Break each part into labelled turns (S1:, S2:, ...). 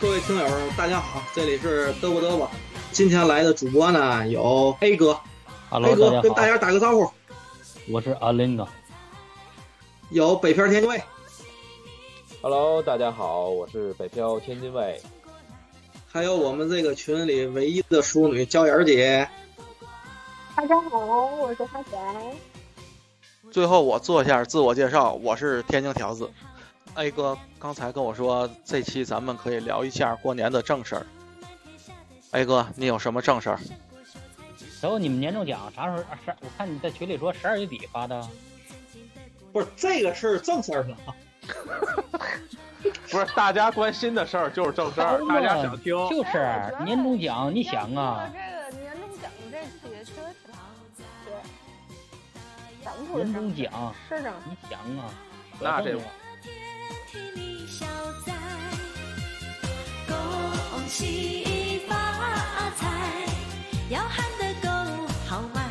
S1: 各位听友，大家好，这里是嘚啵嘚啵。今天来的主播呢有 A 哥
S2: Hello，
S1: ，A 哥跟大
S2: 大家
S1: 家
S2: 好，
S1: 打个招呼。
S2: 我是阿林的。
S1: 有北漂天津卫，
S3: Hello，大家好，我是北漂天津卫。
S1: 还有我们这个群里唯一的淑女椒盐姐。
S4: 大家好，我是花贤。
S1: 最后我做一下自我介绍，我是天津条子。A 哥刚才跟我说，这期咱们可以聊一下过年的正事儿。A 哥，你有什么正事儿？
S2: 然后你们年终奖啥时候？啊十，我看你在群里说十二月底发的。
S1: 不是这个是正事儿吗？
S5: 不是大家关心的事儿就是正事儿，大家想听。
S2: 就是
S6: 哎我觉得
S2: 年终奖，你想啊，
S6: 要不说这个年终奖这题确实对，想不出
S2: 年
S6: 啥
S2: 终奖，
S6: 是整
S2: 你想啊，
S5: 那这
S2: 我告诉你
S7: 替你消灾，恭喜发财，要喊得够豪迈，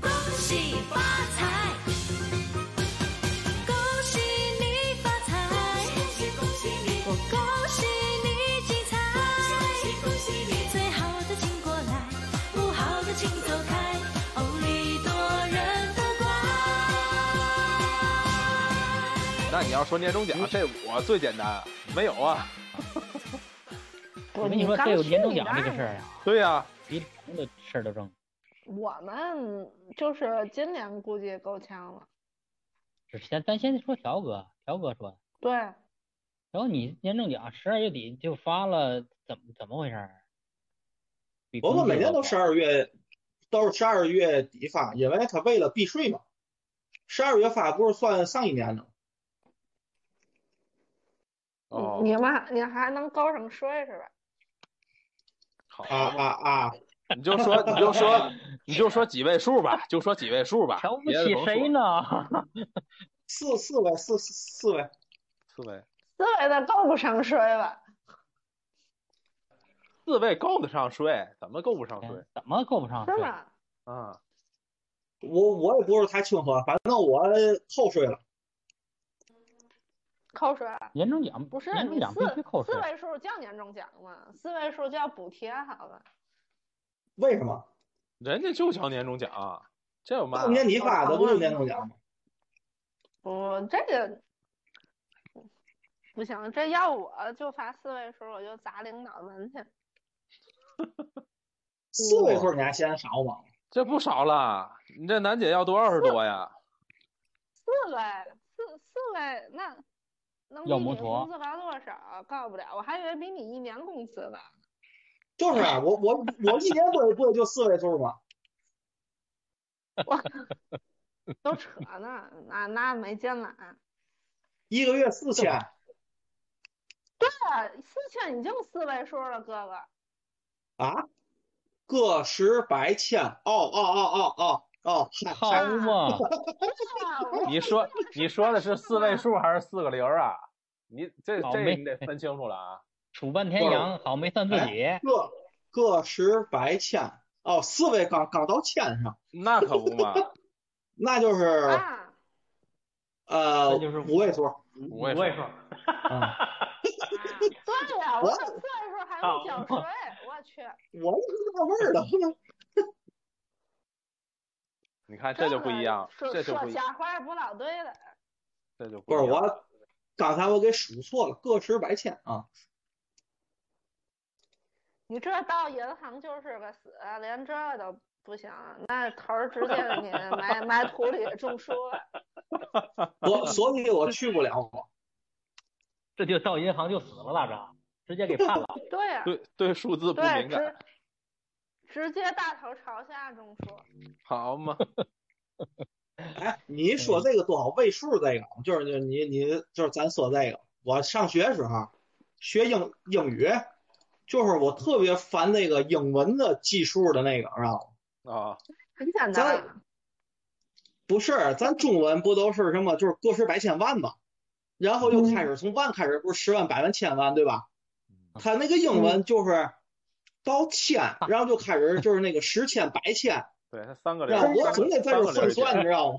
S7: 恭喜发财，恭喜你发财，恭喜你，我恭喜你精彩，恭喜你，最好的请过来，不好的请走开，哦，礼多人不怪。
S5: 那你要说年终奖，这我最简单，没有啊。
S2: 我跟你说，这有年终奖这个事儿啊，
S5: 对呀、
S2: 比什么的事儿都正。
S6: 我们就是今年估计够呛了。
S2: 只先咱先说条哥，条哥说，
S6: 对，
S2: 然后你年终奖十二月底就发了，怎么怎么回事儿？比
S1: 伯伯
S2: 工资
S1: 每年
S2: 高
S1: 都十二月，都是十二月底发，因为他为了避税嘛。十二月发不是算上一年的吗？
S5: 哦，
S3: 嗯
S6: 你们还你还能高省税是吧？
S5: 好，
S1: 啊啊啊！
S5: 你 就说你就说你就说几位数吧， 就说几位数吧。
S2: 瞧不
S5: 别的
S2: 起
S5: 甭
S2: 谁
S5: 说？
S2: 呢？
S1: 四四位，四四四位。
S5: 四位，
S6: 四位的够不上税吧？
S5: 四位够得上税，怎么够不上税
S2: 怎么够不上
S6: 是
S2: 税？
S6: 吗？
S5: 啊？
S1: 我我也不是太清楚，啊反正我扣税了。
S6: 扣税
S2: 年终奖
S6: 不是
S2: 年终
S6: 你
S2: 奖必须
S6: 四
S2: 扣税
S6: 四。位数叫年终奖吗？四位数叫补贴好了。
S1: 为什么？
S5: 人家就瞧年终奖，这有嘛
S1: 当？年你发的不是年终奖吗？
S6: 我这个不行，这要我就发四位数，我就砸领导门去。
S1: 四位数你还嫌少吗？
S5: 这不少了，你这楠姐要多二十多 呀？
S6: 四位，四四位，那能比
S2: 要摩
S6: 你
S2: 托
S6: 工资高多少？高不了，我还以为比你一年工资呢。
S1: 就是啊，我我我一年不也不也就四位数吗？
S6: 都扯呢，那那没劲了。
S1: 一个月四千，
S6: 这四千已经四位数了，哥哥。
S1: 个十百千，哦哦哦哦哦哦，
S2: 好嘛，
S6: 啊我
S5: 你说你说的是四位数还是四个零儿啊？你这
S2: 倒
S5: 这
S2: 霉
S5: 你得分清楚了啊。
S2: 数半天羊，好没算自己。
S1: 个个十百千，哦，四位刚刚到千上，
S5: 那可不嘛，
S1: 那就是
S6: 啊，
S1: 呃
S2: 那就是
S1: 五位数。
S5: 五位数。
S2: 啊
S6: 对呀，我
S1: 我
S6: 等四位数还没缴税，我去，
S1: 我也是纳闷儿 了，
S2: 嗯
S5: 你看这就不一样，
S6: 个
S5: 这就
S6: 说
S5: 不
S6: 说
S5: 一样，
S6: 瞎话不老对了。
S5: 这就不
S1: 不
S5: 一
S1: 是
S5: 样。
S1: 我，刚才我给数错了，个十百千 啊，
S6: 你这到银行就是个死，啊连这都不行，啊那头儿直接给你埋埋土里种树了。
S1: 我所以我去不了嘛。
S2: 这就到银行就死了拉着，直接给 判了。
S6: 对呀、
S5: 对对数字不
S6: 对，
S5: 敏
S6: 直
S5: 感，
S6: 直接大头朝下种树。
S5: 好 嘛？
S1: 哎，你
S2: 嗯
S1: 说这个多少位数？这个就是就是你你就是咱说这个，我上学时候学英英语，就是我特别烦那个英文的计数的那个，知道吗？
S5: 啊，
S6: 很
S1: 咱
S6: 简单，啊
S1: 不是，咱中文不都是什么就是个十百千万嘛，然后又
S5: 嗯
S1: 开始从万开始，不是十万、百万、千万，对吧？
S5: 嗯
S1: 他那个英文就是到
S5: 啊
S1: 千，然后就开始就是那个十千、百 千，
S5: 对，它三个零
S1: 然
S5: 儿，
S1: 后我总得在
S5: 三
S1: 这
S5: 个零
S1: 算
S5: 儿一
S1: 算，
S5: 下
S1: 你知道吗？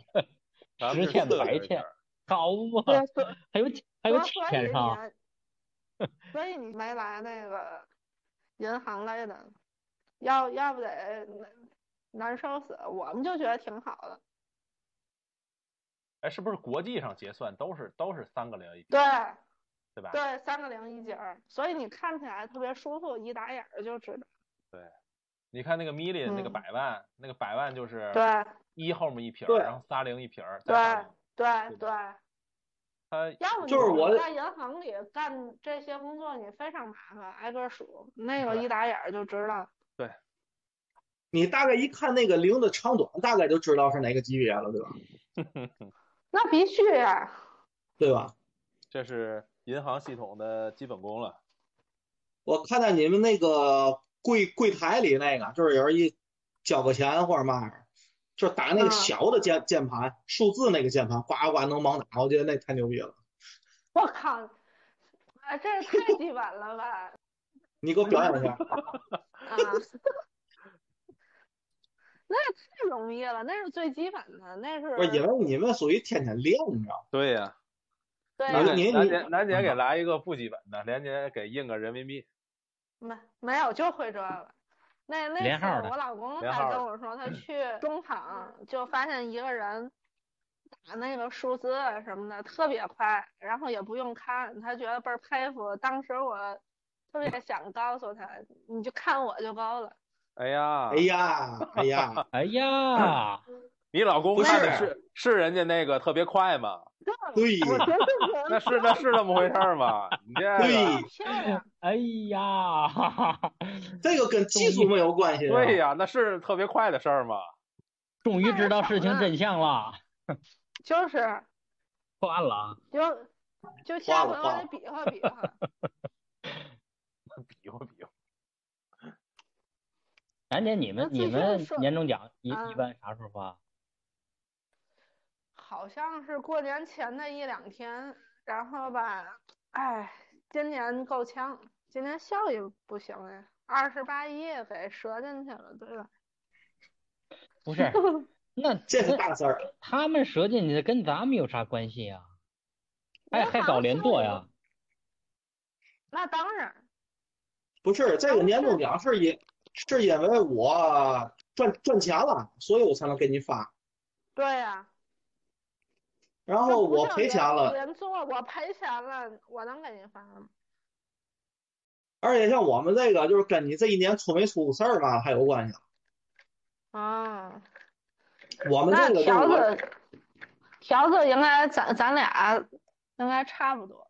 S5: 咱们
S2: 十
S5: 是
S2: 欠
S5: 四个
S2: 白
S5: 零儿一下
S2: 欠好嘛，
S6: 啊所
S2: 还有还有
S6: 所
S2: 欠
S6: 以
S2: 上，
S6: 你所以你没来那个银行类的，要要不得难难受死。我们就觉得挺好的，
S5: 哎，是不是国际上结算都是都是三个零一？
S6: 对
S5: 对吧？
S6: 对，三个零一节儿，所以你看起来特别舒服，一打眼儿就知道。
S5: 你看那个米林那个
S6: 嗯
S5: 百万，那个百万就是
S6: 对
S5: 一后面一撇儿，
S1: 对
S5: 然后仨零一撇儿，
S6: 对
S5: 再仨零对
S6: 对对，
S5: 它
S6: 要么
S1: 就是
S6: 你
S1: 我
S6: 在银行里干这些工作，你非常麻烦，挨个数，那个
S5: 对
S6: 一打眼儿就知道。
S1: 你大概一看那个零的长短，大概就知道是哪个级别了，对吧？
S6: 那必须啊呀、
S1: 对吧？
S5: 这是银行系统的基本功了。
S1: 我看到你们那个柜柜台里那个，就是有人一交个钱或者嘛玩意儿，就是打那个
S5: 嗯
S6: 啊
S1: 小的键键盘，数字那个键盘，呱呱能盲打，我觉得那太牛逼了。
S6: 我靠，啊，这也太基本了吧？
S1: 你给我表演一 下，
S6: 啊， 那也太容易了，那是最基本的，那是
S1: 不是因为你们属于天天练，你知道
S5: 对呀、
S6: 对
S1: 拿
S5: 楠
S1: 着你
S5: 姐，楠姐，
S1: 你
S5: 楠姐给来一个不基本的，楠姐给印个人民币。
S6: 没没有，就会这个。那那
S2: 连
S6: 次
S2: 号的
S6: 我老公
S5: 连
S6: 还
S5: 号
S6: 跟
S5: 的
S6: 我说，他去中场就发现一个人打那个数字啊什么的特别快，然后也不用看，他觉得倍儿佩服。当时我特别想告诉他，你就看我就够了。
S5: 哎呀，
S1: 吧？哎，呀，哎 呀，
S2: 哎呀，
S5: 你老公
S1: 不
S5: 看
S1: 是
S5: 的是是人家那个特别快吗？
S1: 对
S6: 我觉得这个
S5: 那是那是那么回事儿吗？你这个
S1: 对，
S6: 漂亮，
S2: 哎呀，哈
S6: 啊
S2: 哈
S1: 这个跟技术没有关系啊。
S5: 对呀、那是特别快的事儿吗？
S2: 终于知道事情真相了，
S6: 就是
S2: 破案了啊！
S6: 就就下
S1: 挂
S6: 回
S1: 了
S6: 我
S1: 挂
S6: 得比划比划。
S5: 比划比划，
S2: 楠姐，你们
S6: 那最
S2: 你们
S6: 近是
S2: 年终奖一
S6: 啊
S2: 一般啥时候发？
S6: 好像是过年前的一两天，然后吧，哎，今年够呛，今年效益不行呀，二十八一也给折进去了，对吧？
S2: 不 是，那
S1: 这是
S2: 那
S1: 大事儿。
S2: 他们折进去的跟咱们有啥关系啊呀？还
S6: 银
S2: 哎还
S6: 行
S2: 搞连坐
S6: 效益
S2: 呀？
S6: 那当然，
S1: 不是这个年终奖是因是因为我赚赚钱了，所以我才能给你发。
S6: 对呀，
S1: 然
S6: 那
S1: 后
S6: 不
S1: 哦我
S6: 叫
S1: 赔
S6: 连
S1: 钱了，
S6: 连坐，我赔钱了，我能给您发吗？
S1: 而且像我们这个，就是跟你这一年出没出事儿嘛，还有关系。
S6: 啊，
S1: 我们
S6: 哦那
S1: 这个就
S6: 条
S1: 是，
S6: 子，条子应该咱咱俩应该差不多，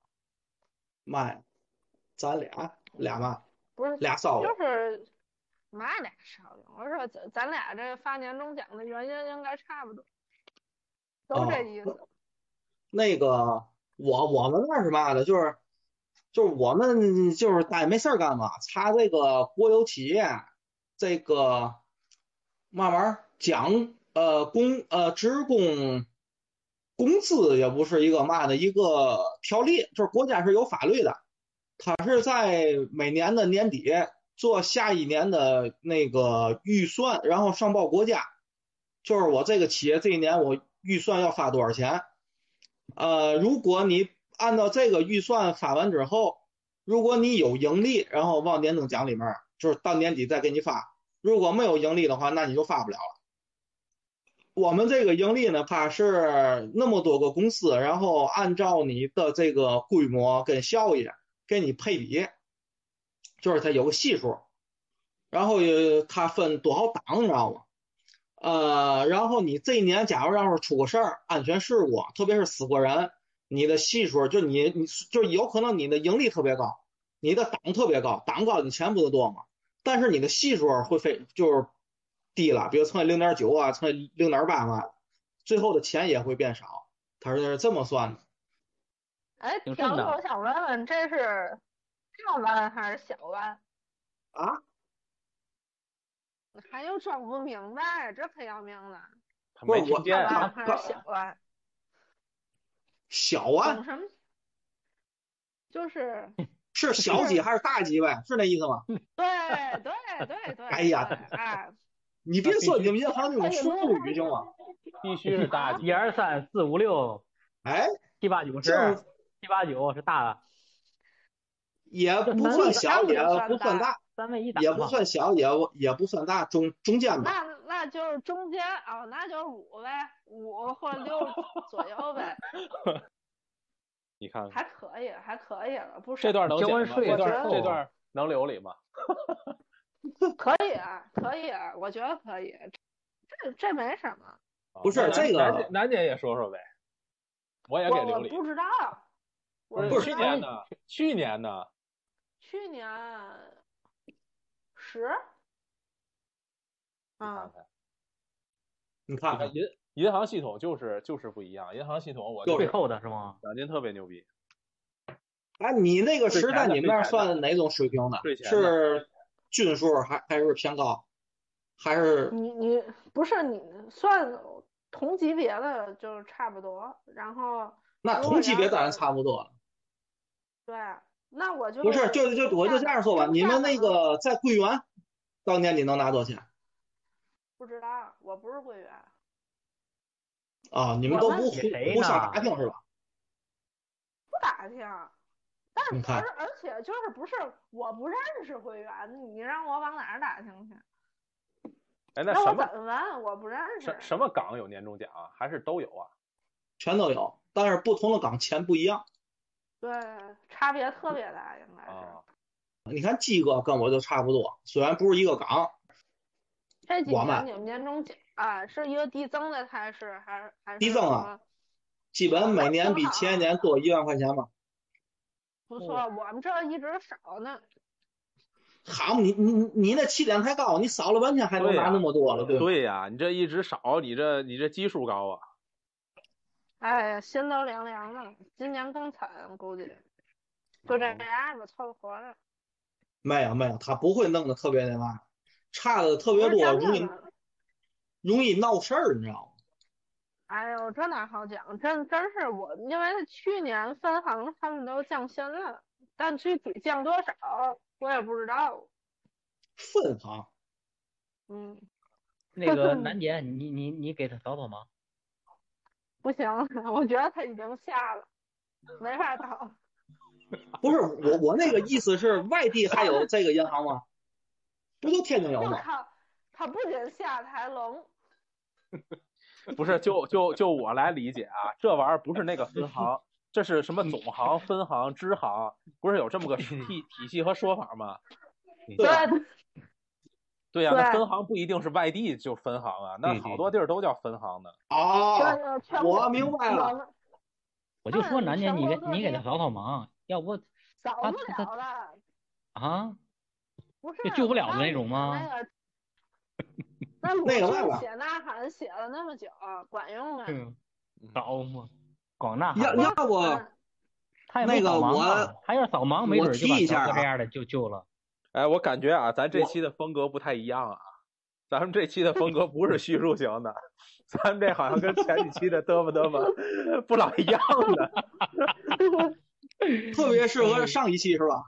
S1: 妈呀，咱俩俩嘛，
S6: 不是
S1: 俩骚子
S6: 就，是嘛俩商量，我说咱咱俩这发年终奖的原因应该差不多，都这
S1: 哦
S6: 意思。
S1: 那个我我们那是嘛的，就是就是我们就是大家没事儿干嘛，查这个国有企业这个嘛玩意儿奖呃工呃职工工资也不是一个嘛的一个条例，就是国家是有法律的，它是在每年的年底做下一年的那个预算，然后上报国家，就是我这个企业这一年我预算要发多少钱。呃，如果你按照这个预算发完之后，如果你有盈利，然后往年终奖里面儿就是到年底再给你发；如果没有盈利的话，那你就发不了了。我们这个盈利呢，它是那么多个公司，然后按照你的这个规模跟效益给你配比，就是它有个系数，然后呃它分多少档，你知道吗？呃，然后你这一年假如要是出个事儿，安全事故，特别是死过人，你的系数就你你就有可能你的盈利特别高，你的档特别高，档高你钱不就多吗？但是你的系数会非就是低了，比如乘以零点九啊，乘以零点八啊，最后的钱也会变少，它是这么算的。
S6: 哎，
S2: 挺
S6: 条
S2: 顺
S6: 子，
S2: 的
S6: 我想问问，这是大弯还是小弯
S1: 啊？
S6: 还有整不明白，这可要命了！
S5: 他没
S1: 啊不是
S5: 听
S1: 我
S5: 见
S6: 大
S1: 他
S6: 弯还是小弯？
S1: 小
S6: 懂
S1: 啊，
S6: 什么？ 就是
S1: 是嗯小几还是大几呗？是那意思吗？
S6: 对对对对，
S1: 哎呀
S6: 对哎，
S1: 你别说你们银行那种说术语行吗？
S5: 必须是 大几
S2: 一二三四五六
S1: 哎，
S2: 七八九
S1: 这
S2: 十，七八九是大的，
S1: 也不算小，也不算大，
S2: 三位一打
S1: 也
S2: 嘛
S1: 不算小，也也不算大，中中间吧。
S6: 那那就是中间啊、那就是五呗，五或 六左右呗，
S5: 你看
S6: 还可以，还可以了，不是
S5: 这段能
S2: 听
S5: 剪吗？
S2: 完睡
S5: 这
S2: 了
S6: 之
S5: 段
S6: 后
S5: 这段 能留里吗？
S6: 可以啊，可以啊，我觉得可以，这这没什么，
S5: 啊
S1: 不是
S5: 那
S1: 这个
S5: 楠姐楠姐也说说呗，我也给
S6: 我
S5: 留
S6: 我
S5: 里。
S6: 不知道，我
S5: 是
S1: 不哎
S5: 去
S6: 知道
S5: 年呢？去年呢？
S6: 去年十，
S1: 嗯
S5: 你
S1: 你
S5: 看，看
S6: 啊
S1: 看
S5: 你看
S1: 看，
S5: 银银行系统就是就是不一样，银行系统我
S1: 就
S5: 就是
S2: 最后的是吗？
S5: 啊奖金特别牛逼，
S1: 哎，你那个时在你们那儿算哪种水平的
S5: 税？前的
S1: 是均数还还是偏高，还是
S2: 嗯
S6: 你你不是你算同级别的就是差不多，然后
S1: 那同级别当然差不多了。
S6: 对，那我就
S1: 不是，就就我就这样说吧，
S6: 中
S1: 你们
S6: 间
S1: 那
S6: 可能
S1: 个在桂园，当年你能拿多少钱
S6: 不知道，我不是会员，
S1: 啊？你们都不
S2: 我问谁
S1: 互
S2: 呢
S1: 互相打听是吧？
S6: 不打听。但
S1: 你
S6: 是
S1: 看
S6: 而而且就是不是我不认识会员，你让我往哪儿打听去？
S5: 哎，那
S6: 那
S5: 什
S6: 我
S5: 么
S6: 怎么问？我不认识
S5: 什。什么岗有年终奖啊？还是都有啊？
S1: 全都有，但是不同的岗钱不一样。
S6: 对，差别特别大，应该是。
S5: 啊，
S1: 你看鸡哥跟我就差不多，虽然不是一个岗，
S6: 这几
S1: 我们
S6: 年你们年终奖啊，是一个递增的态势，还是还是
S1: 递增啊
S6: 什么？
S1: 基本每年比前一年多一万块钱吧。
S6: 不错，
S1: 哦
S6: 我们这一直少呢。
S1: 好，你你你你那起点太高，你少了半天还能
S5: 对呀
S1: 拿那么多了，对吧？
S5: 对呀、你这一直少，你这你这基数高啊。
S6: 哎呀，心都凉凉的，今年更惨，估计。就这
S5: 哦
S6: 样吧，凑合活着。
S1: 没有没有，他不会弄得特别那嘛，差的特别
S6: 不是
S1: 多，
S6: 真
S1: 容
S6: 的
S1: 易
S6: 吗
S1: 容易闹事儿，你知道吗？
S6: 哎呦，这哪好讲？真真是我，因为去年分行他们都降薪了，但具体降多少我也不知道。
S1: 分行
S6: 嗯，
S2: 那个楠姐，你你你给他扫扫吗？
S6: 不行，我觉得他已经下了，没 法倒。
S1: 不是我我那个意思是，外地还有这个银行吗？不就天津有
S6: 我
S1: 吗？
S6: 靠，他不仅下台龙，
S5: 不是，就就就我来理解啊，这玩意儿不是那个分行，这是什么总行、分行、支行，不是有这么个体体系和说法吗？
S1: 对啊吧
S5: 对呀、那
S6: 对
S5: 分行不一定是外地就分行啊，那
S2: 嗯
S5: 好多地儿都叫分行的。
S1: 哦，
S6: 对，全
S1: 我
S6: 国
S1: 明白
S6: 我
S1: 了，
S6: 们
S2: 我就说
S6: 嗯
S2: 楠姐，
S6: 全
S2: 你
S6: 国
S2: 给
S6: 各
S2: 你给
S6: 地
S2: 他扫扫盲，要不
S6: 扫
S2: 他
S6: 不
S2: 他
S6: 了了，
S2: 啊，
S6: 不是
S2: 就救不了那
S6: 你
S2: 种
S6: 的
S2: 吗
S6: 那个那鲁
S1: 那个外边
S6: 迅写呐喊写了那么久，啊管用吗？
S2: 嗯，扫吗？广大
S1: 要
S2: 喊
S1: 要不
S2: 他也
S1: 那
S2: 没
S1: 个
S2: 扫盲
S1: 我
S2: 啊，他要是扫盲，没
S1: 我
S2: 准儿就
S1: 提
S2: 把
S1: 一
S2: 小
S1: 下
S2: 哥
S1: 啊
S2: 这样的就救了。
S5: 哎，我感觉啊，咱这
S1: 我
S5: 期的风格不太一样啊，咱们这期的风格不是叙述型的， 咱们这好像跟前几期的嘚吧嘚吧不老一样的
S1: 特别适合上一期是吧？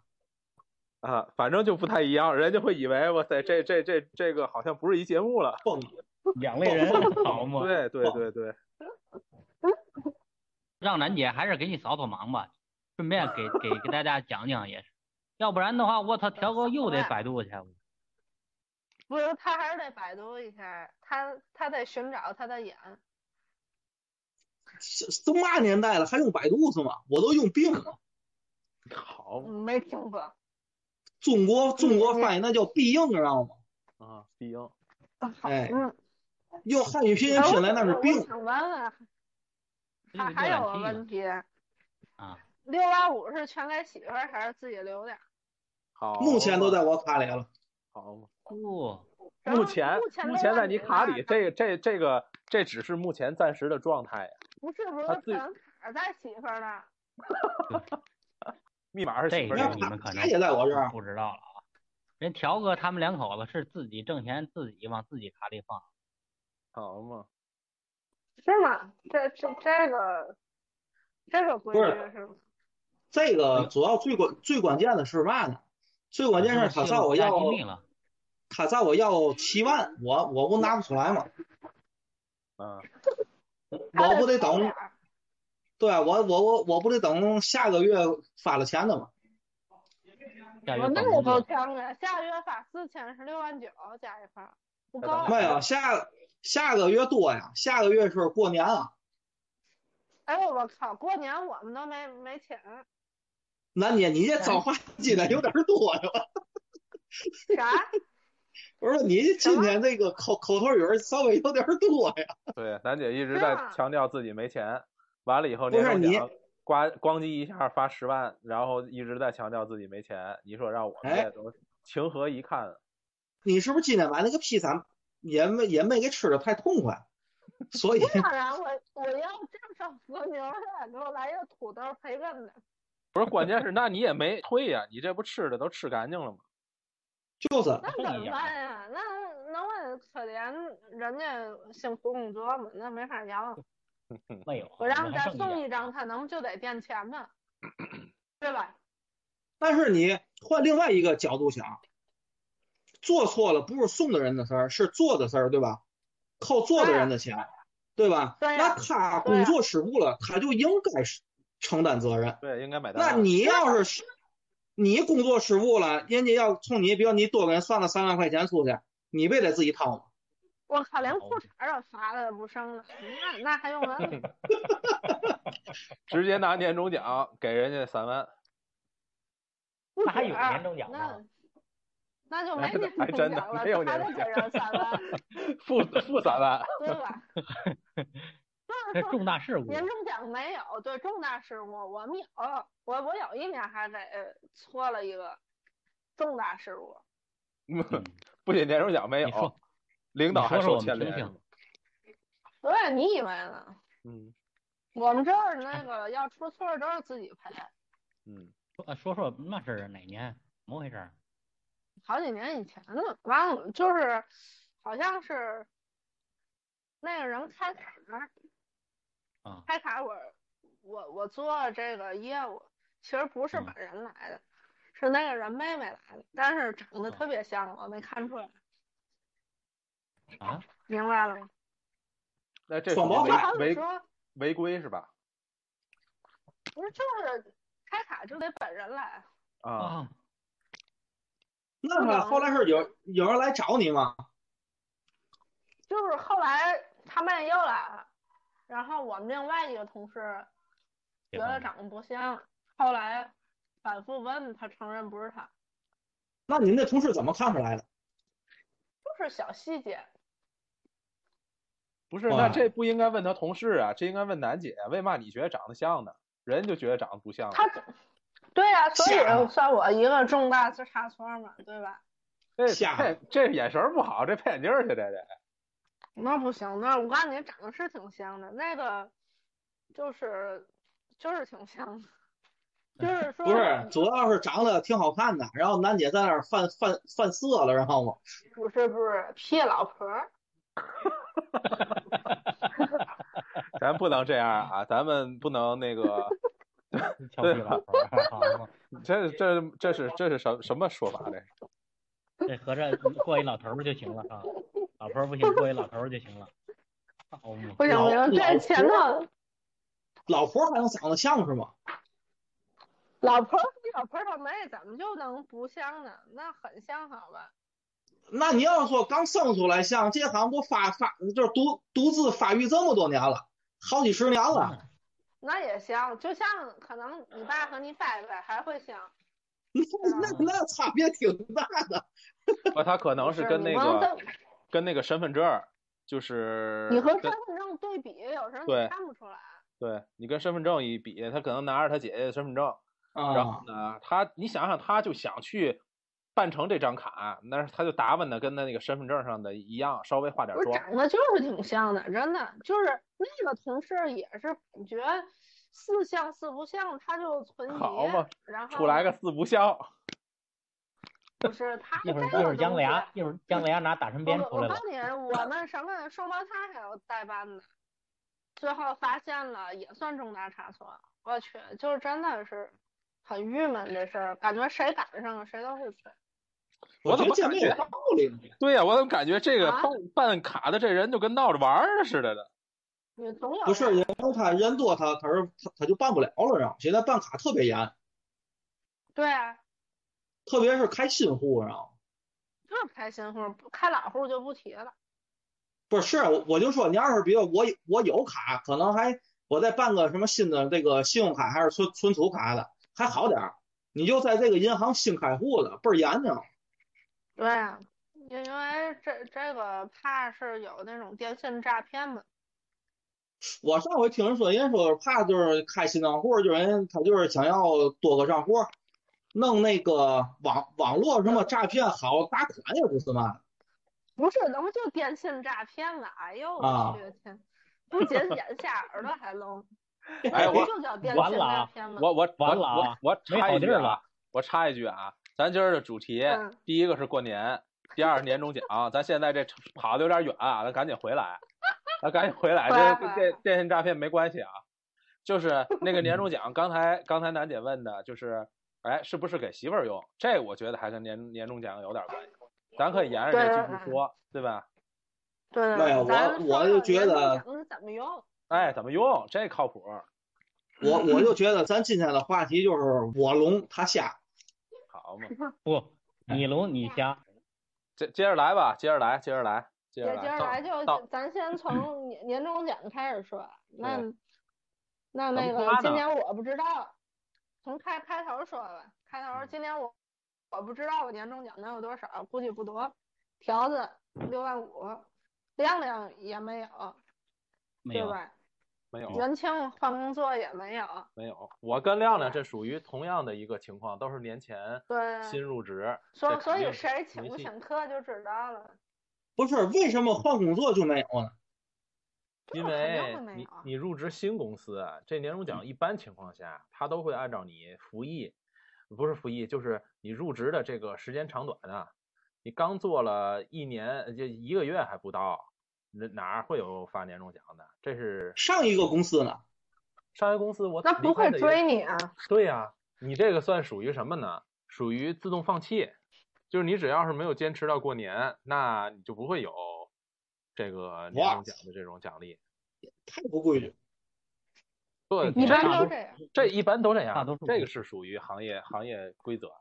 S5: 啊，反正就不太一样，人家会以为哇塞，这这这这个好像不是一节目了。
S1: 蹦
S2: 两 类人扫吗？
S5: 对对对对，
S2: 让楠姐还是给你扫扫盲吧，顺便给给给大家讲讲也是，要不然的话，我操，条 哥又得百度去。
S6: 不是，他还是得百度一下，他他得寻找他的眼。
S1: 这都嘛年代了，还用百度是吗？我都用病了。
S5: 好
S6: 嗯没听过，
S1: 中国中国
S6: 嗯
S1: 翻译那叫必应，知道吗？
S5: 啊，必应。
S1: 哎，
S6: 嗯，
S1: 用汉语拼音拼来那是
S6: 我
S1: 病。
S6: 想问问，
S2: 这
S6: 还
S2: 就浏
S6: 还
S2: 览
S6: 有个
S2: 器
S6: 问
S2: 嘛
S6: 题，
S2: 啊，
S6: 六八五是全给媳妇儿还是自己留点儿？
S5: 好，
S1: 目前都在我卡里了。
S5: 好嘛。
S2: 哦，
S6: 然后
S5: 目前
S6: 目前
S5: 目
S6: 都
S5: 前
S6: 在
S5: 在
S6: 你
S5: 你卡
S6: 那儿
S5: 里，这这这个这只是目前暂时的状态呀，
S6: 不是不
S5: 他
S6: 是
S5: 自己
S6: 全卡在媳妇儿那儿，
S5: 密码是
S2: 这
S5: 媳妇
S2: 个
S5: 儿
S1: 那
S5: 的
S2: 你们可
S1: 他
S2: 能
S1: 也在我这儿
S2: 不知道了啊。人条哥他们两口子是自己挣钱，自己往自己卡里放。
S5: 好嘛。
S6: 是吗？这这这个这个规
S1: 不是
S6: 矩是吗？
S1: 这个
S2: 嗯
S1: 主要最关最关键的是嘛呢？最
S2: 啊
S1: 关键是他找我要
S2: 加机密了，
S1: 他找我要七万，我我不拿不出来吗？
S5: 嗯，
S6: 他
S1: 我不得
S6: 少
S1: 等
S6: 点，儿
S1: 对啊我我我我不得等下个月发了钱的吗？
S2: 下月
S6: 我那
S2: 返
S6: 也
S2: 工
S6: 够
S2: 资，
S6: 呛啊！下月发四千是六万九加一块儿，不啊够。
S1: 没有，下下个月多呀，下个月是过年啊，
S6: 哎呦我靠！过年我们都没没请，
S1: 楠姐，你这脏话进来有点多呀。
S6: 啥？
S1: 我说你今天这个口口头语儿稍微有点多呀。
S5: 对，楠姐一直
S6: 对
S5: 在
S6: 啊
S5: 强调自己没钱，完了以后
S1: 不
S5: 年
S1: 是
S5: 终
S1: 你
S5: 奖呱咣叽一下发十万，然后一直在强调自己没钱。你说让我们
S1: 哎
S5: 也都情何以堪？啊
S1: 你是不是今天买那个披萨也没也没给吃的太痛快？所以
S6: 当然我我要正上和牛的，给我来一个土豆培根的。
S5: 不是，关键是那你也没退呀、你这不吃的都吃干净了吗？
S1: 就是
S6: 那
S2: 碰
S6: 怎
S2: 一
S6: 么
S2: 下
S6: 办呀？那那我可怜人家辛苦工作嘛，那没法要。
S2: 没有，
S6: 我让
S2: 还
S6: 他
S2: 剩一
S6: 送
S2: 点
S6: 一张，他能就得垫 钱吧？对吧？
S1: 但是你换另外一个角度想，做错了不是送的人的事儿，是做的事儿，对吧？扣做的人的钱，对吧？
S6: 对
S1: 那
S6: 呀
S1: 他
S6: 对呀
S1: 工作失误了，他就应该是承担责任。
S5: 对，应该买单啊
S1: 那
S5: 了。
S1: 你要是失你工作失误了，人家要冲你，比如你多给人算了三万块钱出去，你不得自己掏吗？
S6: 我靠，连
S2: 好
S6: 裤衩儿都发了不剩了，那那 还用问？
S5: 直接拿年终奖给人家三万，
S6: 不
S2: 那还
S6: 止
S2: 有
S6: 儿
S2: 年终奖
S6: 那
S2: 吗？
S6: 那就没年
S5: 还
S6: 终
S5: 真的
S6: 奖了，
S5: 没有
S6: 还
S5: 年
S6: 得
S5: 终
S6: 给人三 万，
S5: 负负三万。
S6: 对吧？
S2: 这重大事故，
S6: 年终奖没有，对重大事故我们有，我我有一年还给错了一个重大事故，
S2: 嗯
S5: 不仅年终奖没
S2: 你说
S5: 有，领导
S2: 你
S5: 还
S2: 说说
S5: 受
S2: 我
S5: 牵
S2: 们听
S5: 连。
S2: 听，
S6: 对，你以为呢？
S5: 嗯
S6: 我们这儿那个要出错儿都是自己赔，
S5: 嗯，
S2: 呃说说那是哪年，怎么回事儿？
S6: 好几年以前了，完了就是好像是那个人开卡儿
S2: 啊
S6: 开卡我我我做这个业务，其实不是
S2: 嗯
S6: 本人来的，是那个人妹妹来的，但是长得
S2: 啊
S6: 特别像，我没看出来，
S2: 啊，
S6: 明白了吗？
S5: 那这
S1: 双
S5: 属
S1: 胞
S5: 于
S6: 就好
S5: 违
S6: 比
S5: 违
S6: 说，
S5: 违规是吧？
S6: 不是就是开卡就得本人来，
S5: 啊，
S2: 啊，
S1: 那么后来是有有人来找你吗？
S6: 就是后来他妹又来了，然后我们另外一个同事
S2: 结
S6: 觉
S2: 婚
S6: 得
S2: 了
S6: 长得不像，后来反复问他承认不是他，
S1: 那你们那同事怎么看出来的？
S6: 就是小细节。
S5: 不是，
S1: 哇
S5: 那这不应该问他同事啊，这应该问楠姐，为嘛你觉得长得像呢？人就觉得长得不像呢。
S6: 他对呀、所
S1: 吓了
S6: 以算我一个重大自差错嘛，对吧？
S5: 这
S1: 吓
S5: 这这眼神儿不好，这配眼镜儿去，这得。
S6: 那不行，那我感觉长得是挺像的，那个就是就是挺像的，就是说
S1: 不是，主要是长得挺好看的，然后楠姐在那儿犯犯犯色了，然后吗？
S6: 不是不是屁老婆儿，
S2: 啊
S5: 咱不能这样啊，咱们不能那个，
S2: 俏皮老头儿，啊好嘛
S5: 这这这是这是什么什么说法这？
S2: 这合着过一老头儿就行了啊，老婆儿不行，过一老头儿就行了。好嘛，
S6: 不行
S1: 老
S6: 不行，
S1: 老
S6: 这前
S1: 婆
S6: 头
S1: 老婆还能长得像是吗？
S6: 老婆儿老婆儿他妹怎么就能不像呢？那很像好吧？
S1: 那你要说刚生出来像，这行不发发就是独独自发育这么多年了，好几十年了，
S6: 那也像，就像可能你爸和你伯伯还会像，
S1: 那
S5: 嗯
S1: 那那差别挺大的。
S5: 不，啊他可能
S6: 不是
S5: 跟
S6: 你
S5: 那
S6: 不能
S5: 个
S6: 这
S5: 跟那个身份证儿，就是
S6: 你和身
S5: 跟
S6: 份证对比，有时候
S5: 对
S6: 你看不出来。
S5: 对你跟身份证一比，他可能拿着他姐姐的身份证，然
S1: 啊
S5: 后，呢，他你想想，他就想去办成这张卡，那他就打扮的跟他那个身份证上的一样，稍微化点
S6: 不是
S5: 妆。
S6: 长得就是挺像的，真的就是那个同事也是感觉似像似不像，他就存
S5: 好嘛
S6: 疑，然后
S5: 出来个四不像，
S6: 不是他
S2: 一
S6: 这
S2: 会儿
S6: 个
S2: 一会儿姜
S6: 东
S2: 维
S6: 西
S2: 啊，一会儿姜维啊拿打成鞭
S6: 我
S2: 出
S6: 我
S2: 来
S6: 告
S2: 了，
S6: 诉你，我们什么双胞胎还有代班的，最后发现了也算重大差错。我去，就是真的是很郁闷这事儿，感觉谁赶上了谁都会亏。
S5: 我
S1: 觉
S5: 怎
S1: 得
S5: 么
S1: 这
S5: 感
S1: 没
S5: 觉
S1: 有道理呢？
S5: 对呀、我怎么感觉这个
S6: 啊
S5: 办办卡的这人就跟闹着玩儿似的的？
S6: 你总有
S1: 不是，
S6: 人
S1: 因为他人多，他他是他他就办不了了，然后现在办卡特别严，
S6: 对啊，
S1: 特别是开新户上，
S6: 就是开新户，不开老户就不提了。
S1: 不是，啊我我就说，你要是比如我有我有卡，可能还我再办个什么新的这个信用卡还是存存储卡的，还好点儿。你就在这个银行新开户的，倍儿严呢。
S6: 对啊，因因为这这个怕是有那种电信诈骗嘛。
S1: 我上回听人说，人家说怕就是开新账户，就人他就是想要多个账户，弄那个网网络什么诈骗好打款也不是嘛。
S6: 不是，能就电信诈骗了？哎呦
S1: 啊
S6: 我去天，不仅眼瞎耳朵还聋，
S5: 哎我
S6: 就叫电
S2: 完
S6: 信
S2: 了
S6: 诈
S2: 啊
S6: 骗嘛。
S5: 我我我
S2: 完了啊
S5: 我我
S2: 没
S5: 插
S2: 好
S5: 一句
S2: 地儿
S5: 啊
S2: 了，
S5: 我插一句啊，咱今儿的主题
S6: 嗯
S5: 第一个是过年，第二是年终奖，咱现在这跑的有点远啊，咱赶紧回来，咱赶紧回来，
S6: 回
S5: 这
S6: 来回
S5: 跟
S6: 来
S5: 电电信诈骗没关系啊。就是那个年终奖，刚才刚才楠姐问的，就是哎，是不是给媳妇儿用？这我觉得还跟年年终奖有点关系，咱可以沿着这继
S6: 嗯
S5: 续说，对吧？
S6: 对
S1: 没有我
S6: 咱说
S1: 我就
S6: 说
S1: 觉
S6: 人
S1: 得
S6: 家能怎么用？
S5: 哎，怎么用？这靠谱。
S1: 我我就觉得咱今天的话题就是我聋他瞎。
S5: 好嘛，
S2: 不，你聋你瞎，
S5: 接接着来吧，接着来，接着来，接着
S6: 也
S5: 来，
S6: 接着来
S5: 到
S6: 就
S5: 到嗯
S6: 咱先从年年终奖开 始说。那
S5: 对
S6: 那
S5: 怎么
S6: 那个
S5: 夸
S6: 今
S5: 呢
S6: 年我不知道，从开开头说吧。开
S5: 嗯
S6: 头今年我我不知道我年终奖能有多少，估计不多。条子六万五，亮亮也没有，
S2: 没
S6: 对
S2: 有。
S6: 吧？
S5: 没有。
S6: 元庆换工作也没有，
S5: 没有，我跟亮亮这属 于同样的一个情况，都是年前
S6: 对
S5: 新入职，这
S6: 所
S5: 肯
S6: 所以
S5: 定
S6: 谁请
S5: 没
S6: 不
S5: 戏
S6: 请客就知道了。
S1: 不是为什么换工作就没有呢？
S5: 因
S6: 肯定
S5: 为
S6: 会没
S5: 你
S6: 有啊嗯
S5: 你入职新公司，这年终奖一般情况下，他都会按照你服役，不是服役，就是你入职的这个时间长短啊。你刚做了一年，就一个月还不到，哪哪儿会有发年终奖的？这是
S1: 上一个公司呢？
S5: 上一公司我
S6: 那
S5: 离
S6: 不
S5: 开
S6: 会
S5: 的也
S6: 追你啊？
S5: 对呀、你这个算属于什么呢？属于自动放弃，就是你只要是没有坚持到过年，那你就不会有这个年终
S1: What？
S5: 奖的这种奖励。
S1: 太不规矩。
S5: 对，
S6: 一
S5: 这
S6: 般
S5: 大
S6: 都
S5: 多
S6: 这样。
S5: 这一般都这样，
S2: 大多数
S5: 这
S2: 不
S5: 个是属于行业行业规则。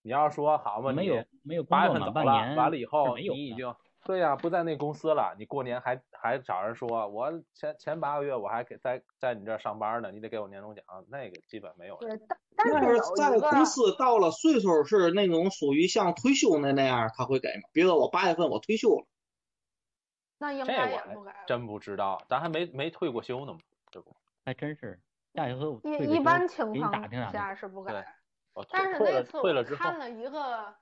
S5: 你要说好嘛，
S2: 没
S5: 你
S2: 有没有工
S5: 八月
S2: 作
S5: 份
S2: 满
S5: 走
S2: 半
S5: 了，
S2: 年，
S5: 完了以后
S2: 没有
S5: 你已
S2: 的
S5: 经对呀、不在那公司了，你过年还还找人说，我前前八个月我还给在在你这儿上班呢，你得给我年终奖，那个基本没有的。
S6: 对，但但
S1: 要
S6: 是
S1: 是
S6: 有
S1: 在
S6: 一个
S1: 公司到了岁数是那种属于像退休那那样，他会给吗？比如说我八月份我退休了，
S6: 那应
S5: 这
S6: 该
S5: 我
S6: 也
S5: 还
S6: 不给了。
S5: 真不知道，咱还没没退过休呢嘛，这不，
S2: 还真是。下一回我退个
S6: 一一
S2: 休
S6: 般情
S2: 给你打
S6: 况
S2: 听打听。
S6: 下是不给
S5: 对
S6: 的，
S5: 我哦退
S6: 但是
S5: 退
S6: 那
S5: 了
S6: 次
S5: 退
S6: 我
S5: 了之后
S6: 看，了一个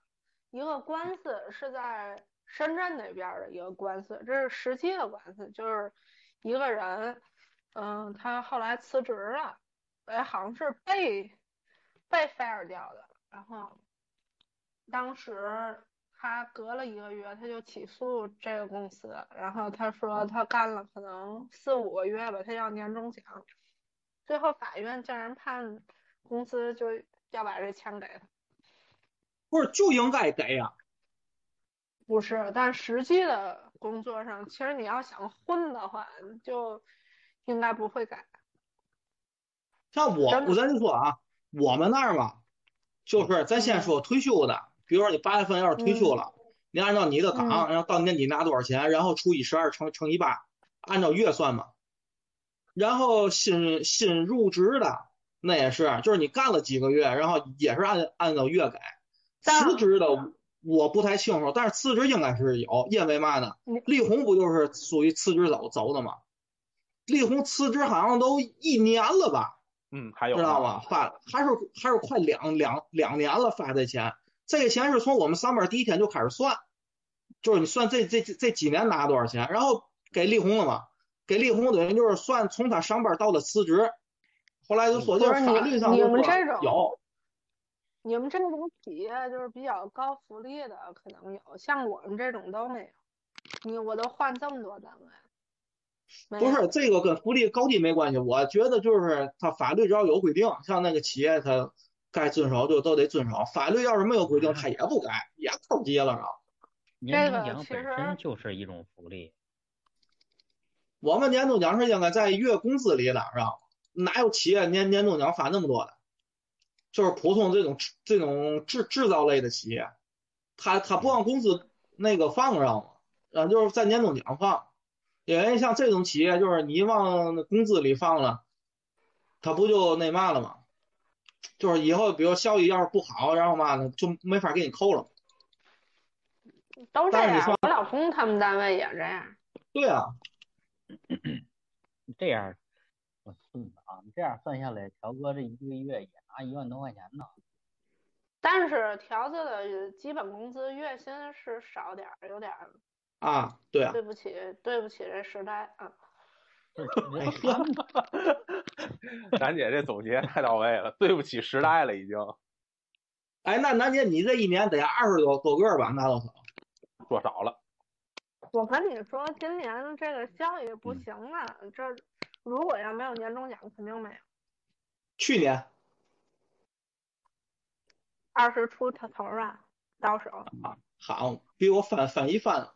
S6: 一个官司，是在深圳那边儿的一个官司，这是实际的官司，就是一个人，嗯，他后来辞职了，哎，好像是被被 fire 掉的，然后当时他隔了一个月，他就起诉这个公司，然后他说他干了可能四五个月吧，他要年终奖，最后法院竟然判公司就要把这钱给他，
S1: 不是就应该给呀、
S6: 不是，但实际的工作上，其实你要想混的话，就应该不会改。
S1: 像我，
S6: 真的嗯
S1: 我咱就说啊，我们那儿嘛，就是咱先说退休的，比如说你八月份要是退休了，你按照你的岗，
S6: 嗯
S1: 然后到年底拿多少钱，然后除以十二乘乘以八，按照月算嘛。然后新新入职的那也是，就是你干了几个月，然后也是按按照月给。
S6: 但
S1: 辞职的我不太清楚，但是辞职应该是有，因为嘛呢
S6: 你？
S1: 力宏不就是属于辞职走走的吗？力宏辞职好像都一年了吧？
S5: 嗯，还有
S1: 知
S5: 呢
S1: 道吗？发还是还是快两两两年了发这钱，这个钱是从我们上班第一天就开始算，就是你算这这这这几年拿多少钱，然后给力宏了嘛，给力宏等于就是算从他上班到他辞职，后来就说就是法律上
S6: 不是你
S1: 就
S6: 你们
S1: 说
S6: 这种
S1: 有，
S6: 你们这种企业就是比较高福利的，可能有，像我们这种都没有。你我都换这么多单位，没
S1: 不
S6: 有
S1: 是这个跟福利高低没关系，我觉得就是他法律只要有规定，像那个企业他该遵守就都得遵守，法律要是没有
S6: 嗯
S1: 规定他也不改，也扣结了啊。
S2: 年终
S6: 个
S2: 奖
S6: 其
S2: 本
S6: 实
S2: 身就是一种福利，
S1: 我们年终奖是应该在月工资里的，是吧？哪有企业年年终奖发那么多的？就是普通这种这种制制造类的企业，它它不按工资那个放上嘛，啊，就是在年终奖放，因为像这种企业，就是你往工资里放了，它不就那嘛了吗？就是以后比如效益要是不好，然后嘛呢就没法给你扣了。
S6: 都这
S1: 但是你
S6: 样
S1: 说。
S6: 我老公他们单位也这样。
S1: 对啊，
S2: 这样儿，我算啊，这样算下来，条哥这一个月也拿一万多块钱呢。
S6: 但是条子的基本工资月薪是少点儿，有点儿
S1: 啊，对 啊，
S6: 对不起，对不起这时代啊。
S2: 这这他们
S5: 楠姐这总结太到位了，对不起时代了已经。
S1: 哎，那楠姐，你这一年得二十多多个儿吧？那多少？
S5: 做少了，
S6: 我跟你说，今年这个效益
S1: 嗯
S6: 不行了，这如果要没有年终奖，肯定没有。
S1: 去年
S6: 二十出头头儿吧，到手。
S1: 好，比我翻翻一翻，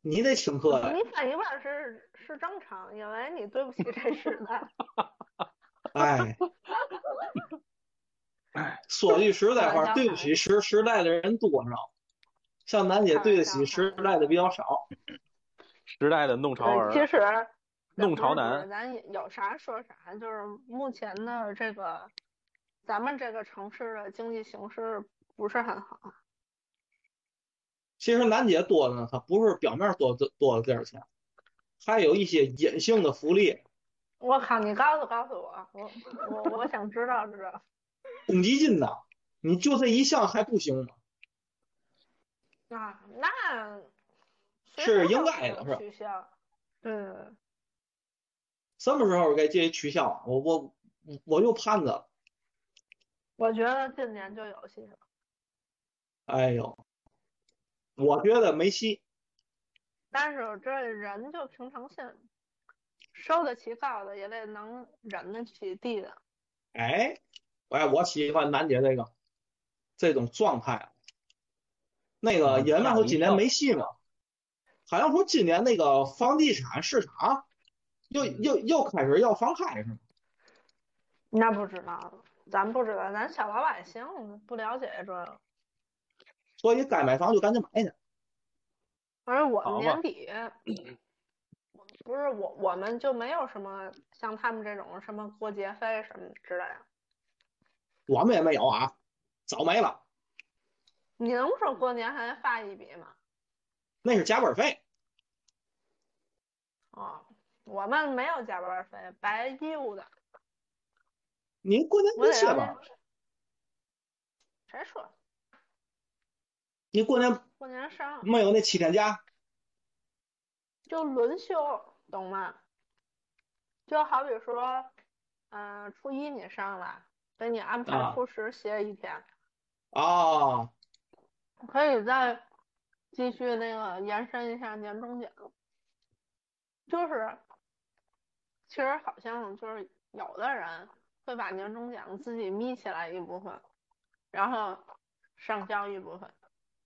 S1: 你得请客呀！
S6: 你反一半是是正常，因为你对不起这时代。
S1: 哎，说句实在话，对不起时时代的人多少，像楠姐对得起时代的比较少。
S5: 时代的弄潮
S6: 对，呃其
S5: 儿，
S6: 实
S5: 弄潮
S6: 不是不
S5: 男
S6: 是咱也有啥说啥，就是目前的这个咱们这个城市的经济形势不是很好。
S1: 其实楠姐多的呢，她不是表面多的多了点儿钱，还有一些隐性的福利，
S6: 我靠，你告诉告诉我，我我我想知道知道。
S1: 公积金呐，你就这一项还不行吗？
S6: 啊，那随
S1: 是
S6: 时
S1: 应
S6: 都
S1: 该
S6: 有
S1: 的是吧
S6: 取消。对对对。
S1: 什么时候该这取消啊？我我我就盼着，
S6: 我觉得今年就有戏了。
S1: 哎呦，我觉得没戏。
S6: 但是这人就平常心，收得起高的也得能忍得起低的。
S1: 哎，哎，我喜欢楠姐这个这种状态啊。那个
S2: 嗯
S1: 人们
S2: 吓
S1: 说
S2: 我一
S1: 今年
S2: 跳
S1: 没戏嘛，好像说今年那个房地产市场又
S2: 嗯
S1: 又又开始要放开是吗？
S6: 那不知道，咱不知道，咱小老百姓不了解这个。
S1: 所以该买房就赶紧买去。
S6: 而我们
S5: 好吧
S6: 年底，不是我，我们就没有什么像他们这种什么过节费什么之类的。
S1: 我们也没有啊，早没了，
S6: 您说过年还发一笔吗？
S1: 那是加班费。
S6: 啊、我们没有加班费，白义务的。
S1: 您过年
S6: 我
S1: 不
S6: 得
S1: 歇
S6: 让
S1: 班，
S6: 您。谁说
S1: 您过年
S6: 过年上
S1: 没有那七天假？
S6: 就轮休，懂吗？就好比说，嗯、初一你上来，给你安排
S1: 啊
S6: 初十歇一天，
S1: 哦，
S6: 可以再继续那个延伸一下年终奖。就是，其实好像就是有的人会把年终奖自己眯起来一部分，然后上交一部分。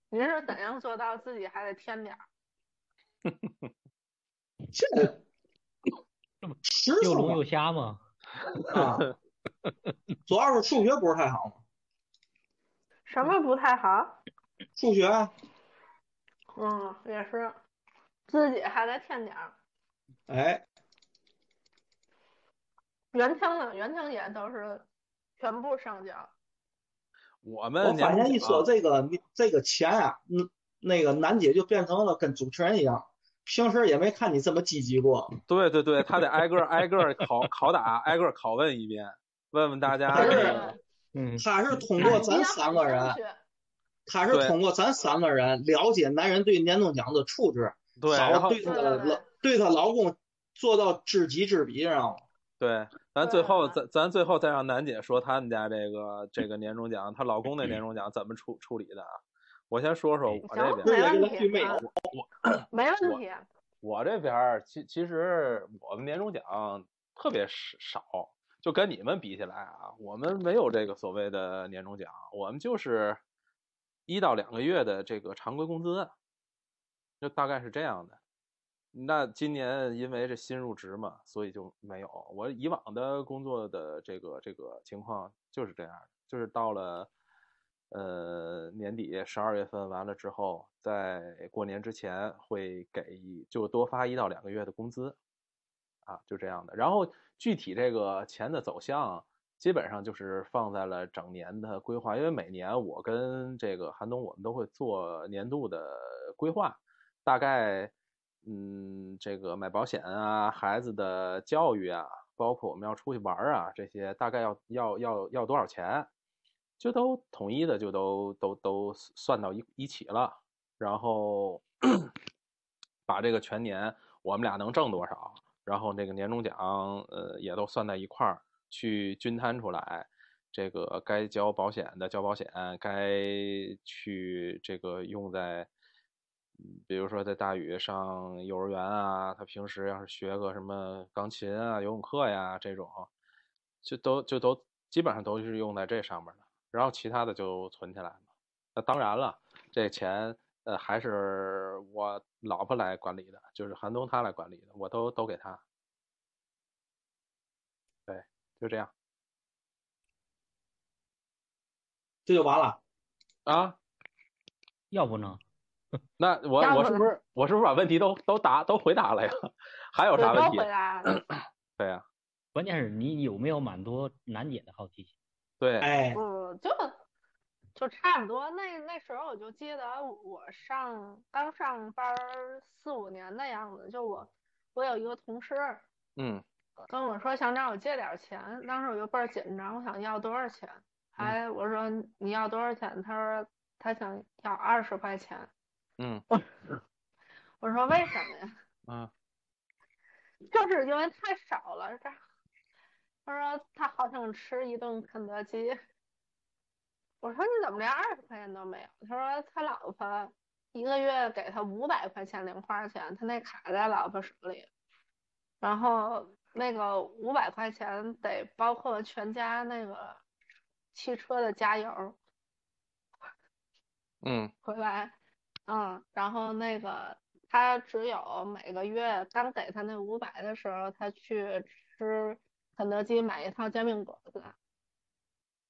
S6: 您是怎样做到自己还得添点儿？
S1: 这
S2: 这么
S1: 实
S2: 又
S1: 诚
S2: 聋
S1: 啊
S2: 又瞎 吗？
S1: 啊，主要是数学不是太好嘛，
S6: 什么不太好？
S1: 数学啊
S6: 嗯，也是，自己还得添点儿。
S1: 哎，
S6: 原听呢，原听也都是全部上交。
S5: 我
S1: 我
S5: 们
S1: 发
S5: 年
S1: 现
S5: 终
S1: 一说
S5: 奖
S1: 这个你这个钱啊，嗯，那个楠姐就变成了跟主持人一样，平时也没看你这么积极过。
S5: 对对对，他得挨个儿挨个儿拷拷打，挨个儿拷问一遍，问问大家
S1: 不
S5: 这
S1: 是
S5: 个
S2: 嗯，
S1: 她是通过咱三个人，她是
S5: 对
S1: 通过咱三个人了解男人对年终奖的处置，
S5: 对，然
S1: 好
S5: 后
S1: 对她
S6: 对
S1: 的
S6: 对对
S1: 老对她老公做到知己知彼，知道吗？
S5: 对，咱最后
S6: 对啊
S5: 咱咱最后再让楠姐说他们家这个这个年终奖，她老公那年终奖怎么处处理的啊？我先说说我这
S6: 行，
S1: 是有
S5: 边，
S6: 没
S1: 一个
S6: 问
S1: 聚
S6: 题
S1: 妹
S6: 啊，没问题。
S5: 我这边儿其其实我们年终奖特别少少，就跟你们比起来啊，我们没有这个所谓的年终奖，我们就是一到两个月的这个常规工资，就大概是这样的。那今年因为这新入职嘛，所以就没有。我以往的工作的这个这个情况就是这样儿，就是到了呃年底十二月份完了之后，在过年之前会给一就多发一到两个月的工资，啊，就这样的。然后具体这个钱的走向，基本上就是放在了整年的规划，因为每年我跟这个韩东我们都会做年度的规划，大概。嗯，这个买保险啊，孩子的教育啊，包括我们要出去玩儿啊，这些大概要要要要多少钱，就都统一的就都都都算到一一起了，然后 把这个全年我们俩能挣多少，然后这个年终奖呃也都算在一块儿去均摊出来，这个该交保险的交保险，该去这个用在。嗯比如说在大宇上幼儿园啊，他平时要是学个什么钢琴啊、游泳课呀这种，就都就都基本上都是用在这上面的，然后其他的就存起来了。那当然了，这钱呃还是我老婆来管理的，就是韩东他来管理的，我都都给他。对，就这样
S1: 这就完了。
S5: 啊。
S2: 要不呢？
S5: 那我
S6: 要
S5: 我
S6: 不
S5: 是不是我是不是把问题都都答都回答了呀？ 还有
S6: 对，
S5: 啥问
S6: 都
S5: 题
S6: 回？答了。
S5: 对呀、
S2: 关键是你有没有蛮多楠姐的好奇心？
S5: 对，
S1: 哎，
S6: 嗯，就就差不多。那那时候我就记得我上刚上班儿四五年的样子，就我我有一个同事
S5: 嗯。
S6: 跟我说想找我借点儿钱，当时我就倍儿紧张，我想要多少钱？还我说你要多少钱？他说他想要二十块钱。
S5: 嗯
S6: 我说为什么呀？
S5: 嗯
S6: 就是因为太少了。这他说他好想吃一顿肯德基。我说你怎么连二十块钱都没有？他说他老婆一个月给他五百块钱零花钱，他那卡在老婆手里，然后那个五百块钱得包括全家那个汽车的加油
S5: 嗯
S6: 回来，嗯，然后那个他只有每个月刚给他那五百的时候，他去吃肯德基买一套煎饼果子，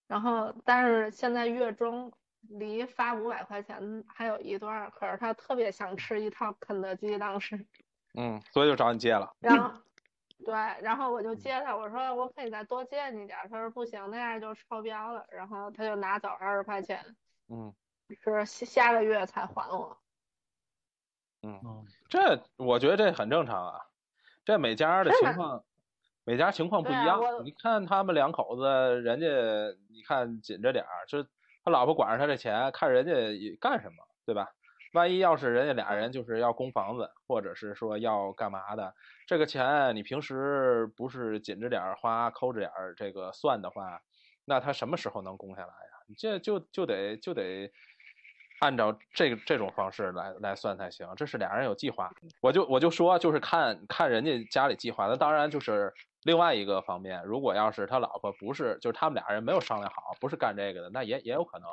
S6: 然后但是现在月中离发五百块钱还有一段儿，可是他特别想吃一套肯德基，当时，
S5: 嗯，所以就找你借了。
S6: 然后。对，然后我就接他，我说我可以再多借你点儿，他说不行，那样就超标了，然后他就拿走二十块钱，
S5: 嗯
S6: 是下下个月才还我。
S5: 嗯，
S2: 哦，
S5: 这我觉得这很正常啊，这每家的
S6: 是
S5: 情
S6: 吗
S5: 况，每家情况不一
S6: 对啊
S5: 样
S6: 我。
S5: 你看他们两口子，人家你看紧着点儿，这他老婆管着他这钱，看人家也干什么，对吧？万一要是人家俩人就是要供房子，或者是说要干嘛的，这个钱你平时不是紧着点儿花、抠着点儿这个算的话，那他什么时候能供下来呀？你这就就得就得按照这个这种方式来来算才行，这是俩人有计划。
S6: 嗯
S5: 我就我就说，就是看看人家家里计划。那当然就是另外一个方面，如果要是他老婆不是，就是他们俩人没有商量好，不是干这个的，那也也有可能，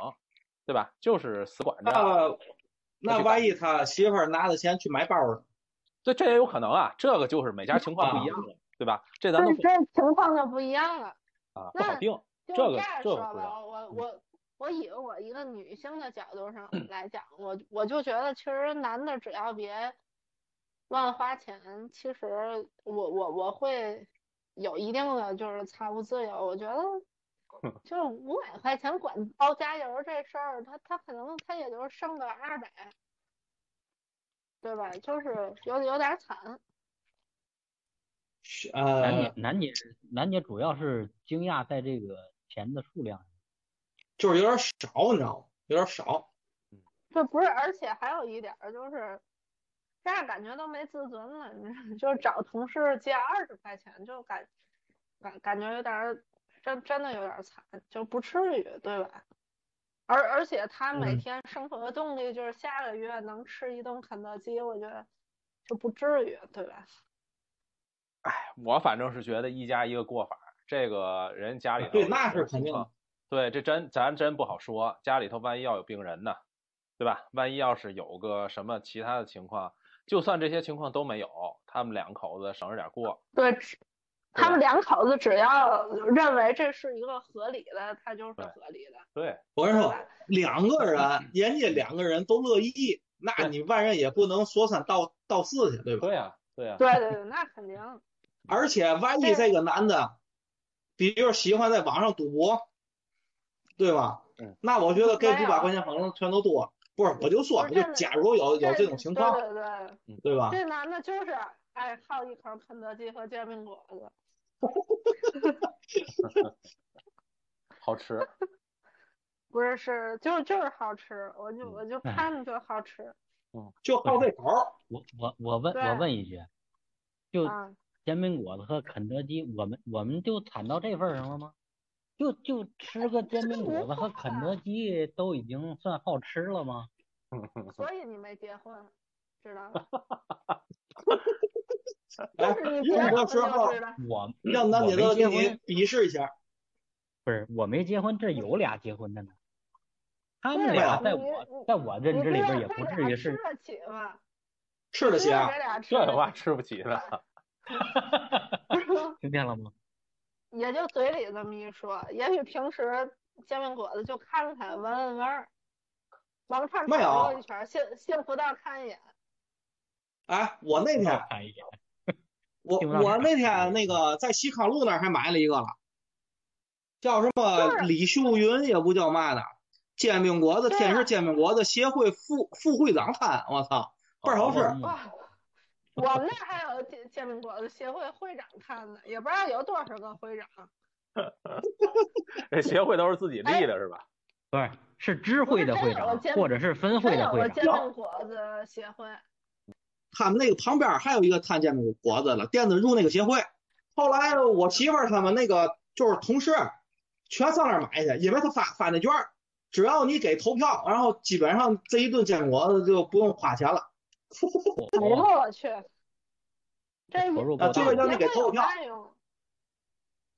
S5: 对吧？就是死管着。
S6: 啊
S1: 那
S5: 我
S1: 那
S5: 去
S1: 万一他媳妇儿拿着钱去买包呢？
S5: 对，这也有可能啊，这个就是每家情况不一样了，对吧？这咱
S6: 但
S5: 们
S6: 是
S5: 不
S6: 这情况就不一样了。
S5: 啊不好
S6: 那
S5: 定。
S6: 就
S5: 这
S6: 是
S5: 个
S6: 样
S5: 这
S6: 说
S5: 个不知嗯
S6: 吧，
S5: 道
S6: 我我我以我一个女性的角度上
S5: 嗯
S6: 来讲，我我就觉得其实男的只要别乱花钱，其实我我我会有一定的就是财务自由。我觉得就是五百块钱管包加油这事儿，他他可能他也就剩个二百，对吧？就是有有点惨。
S2: 楠姐
S5: 嗯
S1: 呃，，
S2: 楠姐，楠姐主要是惊讶在这个钱的数量上。
S1: 就是有点少，你知道吗？有点少。
S6: 这不是，而且还有一点儿就是，这样感觉都没自尊了，你知道， 就是找同事借二十块钱，就感感感觉有点儿真真的有点儿惨，就不至于，对吧？而而且他每
S1: 嗯
S6: 天生活的动力就是下个月能吃一顿肯德基，我觉得就不至于，对吧？
S5: 我反正是觉得一家一个过法儿，这个人家里头
S1: 对
S5: 有
S1: 那
S5: 什
S1: 是
S5: 么
S1: 肯
S5: 情
S1: 定
S5: 况
S1: 的
S5: 对，这真咱真不好说，家里头万一要有病人呢，对吧？万一要是有个什么其他的情况，就算这些情况都没有，他们两口子省着点过。
S6: 对，只
S5: 对吧
S6: 他们两口子只要认为这是一个合理的，他就是
S5: 对
S6: 合理的。
S5: 对，
S1: 我跟你说，两个人，人家两个人都乐意，那你外人也不能说三道道四去，对吧？
S5: 对呀、对呀、
S6: 对对对，那肯定。
S1: 而且万一这个男的，比如喜欢在网上赌博，对吧
S5: 嗯？
S1: 那我觉得这
S6: 没
S1: 不
S6: 有
S1: 把关键反正全都多，不是，我就说，
S6: 不
S1: 就是假如有有这种情况，
S6: 对对对，
S1: 对吧？
S2: 啊
S6: 这男的就是爱好一口肯德基和煎饼果子。
S5: 好吃。
S6: 不是，是就就是好吃，我就
S5: 嗯
S6: 我就
S2: 哎
S6: 看着就好吃
S1: 就好这口儿，
S2: 我我我问
S6: 对
S2: 我问一句，就
S6: 啊！
S2: 煎饼果子和肯德基，我们我们就惨到这份儿上了吗？就就吃个煎饼果子和肯德基都已经算好吃了吗？
S6: 所以你没结婚，知道 吗？
S1: 哎
S6: 就是
S1: 用
S6: 你，结婚
S1: 的
S6: 就
S1: 时候
S6: 知道，
S2: 我
S1: 让男姐
S2: 我
S1: 都
S2: 没结
S1: 给
S2: 婚
S1: 你鄙视一下。
S2: 不是我没结婚，这有俩结婚的呢。他们
S6: 对
S2: 俩
S1: 呀
S2: 在
S6: 你
S2: 我
S6: 你
S2: 在我认
S6: 你
S2: 知里
S6: 知
S2: 边
S6: 道
S2: 也
S6: 这
S2: 不
S6: 俩
S2: 至于
S6: 吃
S2: 是，
S6: 得起 吗？
S1: 吃得
S6: 知
S1: 起
S6: 道
S1: 啊
S6: 这？俩吃
S5: 这有
S6: 得
S5: 嘛吃不起的？
S6: 起
S2: 听见了吗？
S6: 也就嘴里这么一说，也许平时煎饼果子就看看闻闻味儿，王串
S1: 没有
S6: 溜一圈儿，幸幸福到看一眼。
S1: 哎，我那
S2: 再
S1: 天
S2: 看一眼，
S1: 我
S2: 听不到
S1: 我
S2: 你
S1: 那天那个在西康路那儿还买了一个了，叫什么
S6: 就是
S1: 呃李秀云也不叫嘛的，煎饼果子
S6: 嗯对啊
S1: 天
S6: 呀
S1: 使煎饼果子协会副副会长摊，我操，倍儿好吃。
S2: 嗯
S6: 哇，我们那儿还有煎煎饼果子协会会长摊呢，也不知道有多少个会长。
S5: 这协会都是自己立的是吧？
S2: 不是是支会的会
S6: 我
S2: 长
S6: 煎，
S2: 或者是分会
S6: 真
S2: 的
S6: 有
S2: 会
S6: 个煎
S2: 长。
S6: 饼果子协会，
S1: 他们那个旁边还有一个摊煎饼果子的店子入那个协会。后来我媳妇儿他们那个就是同事，全上那儿买去，因为他发发那券儿，只要你给投票，然后基本上这一顿煎饼果子就不用花钱了。
S6: 哎呦我去，这
S2: 投入
S1: 啊
S2: 过
S1: 这
S2: 大
S1: 个叫
S2: 了
S1: 那个
S6: 协会有
S1: 投票
S6: 干用。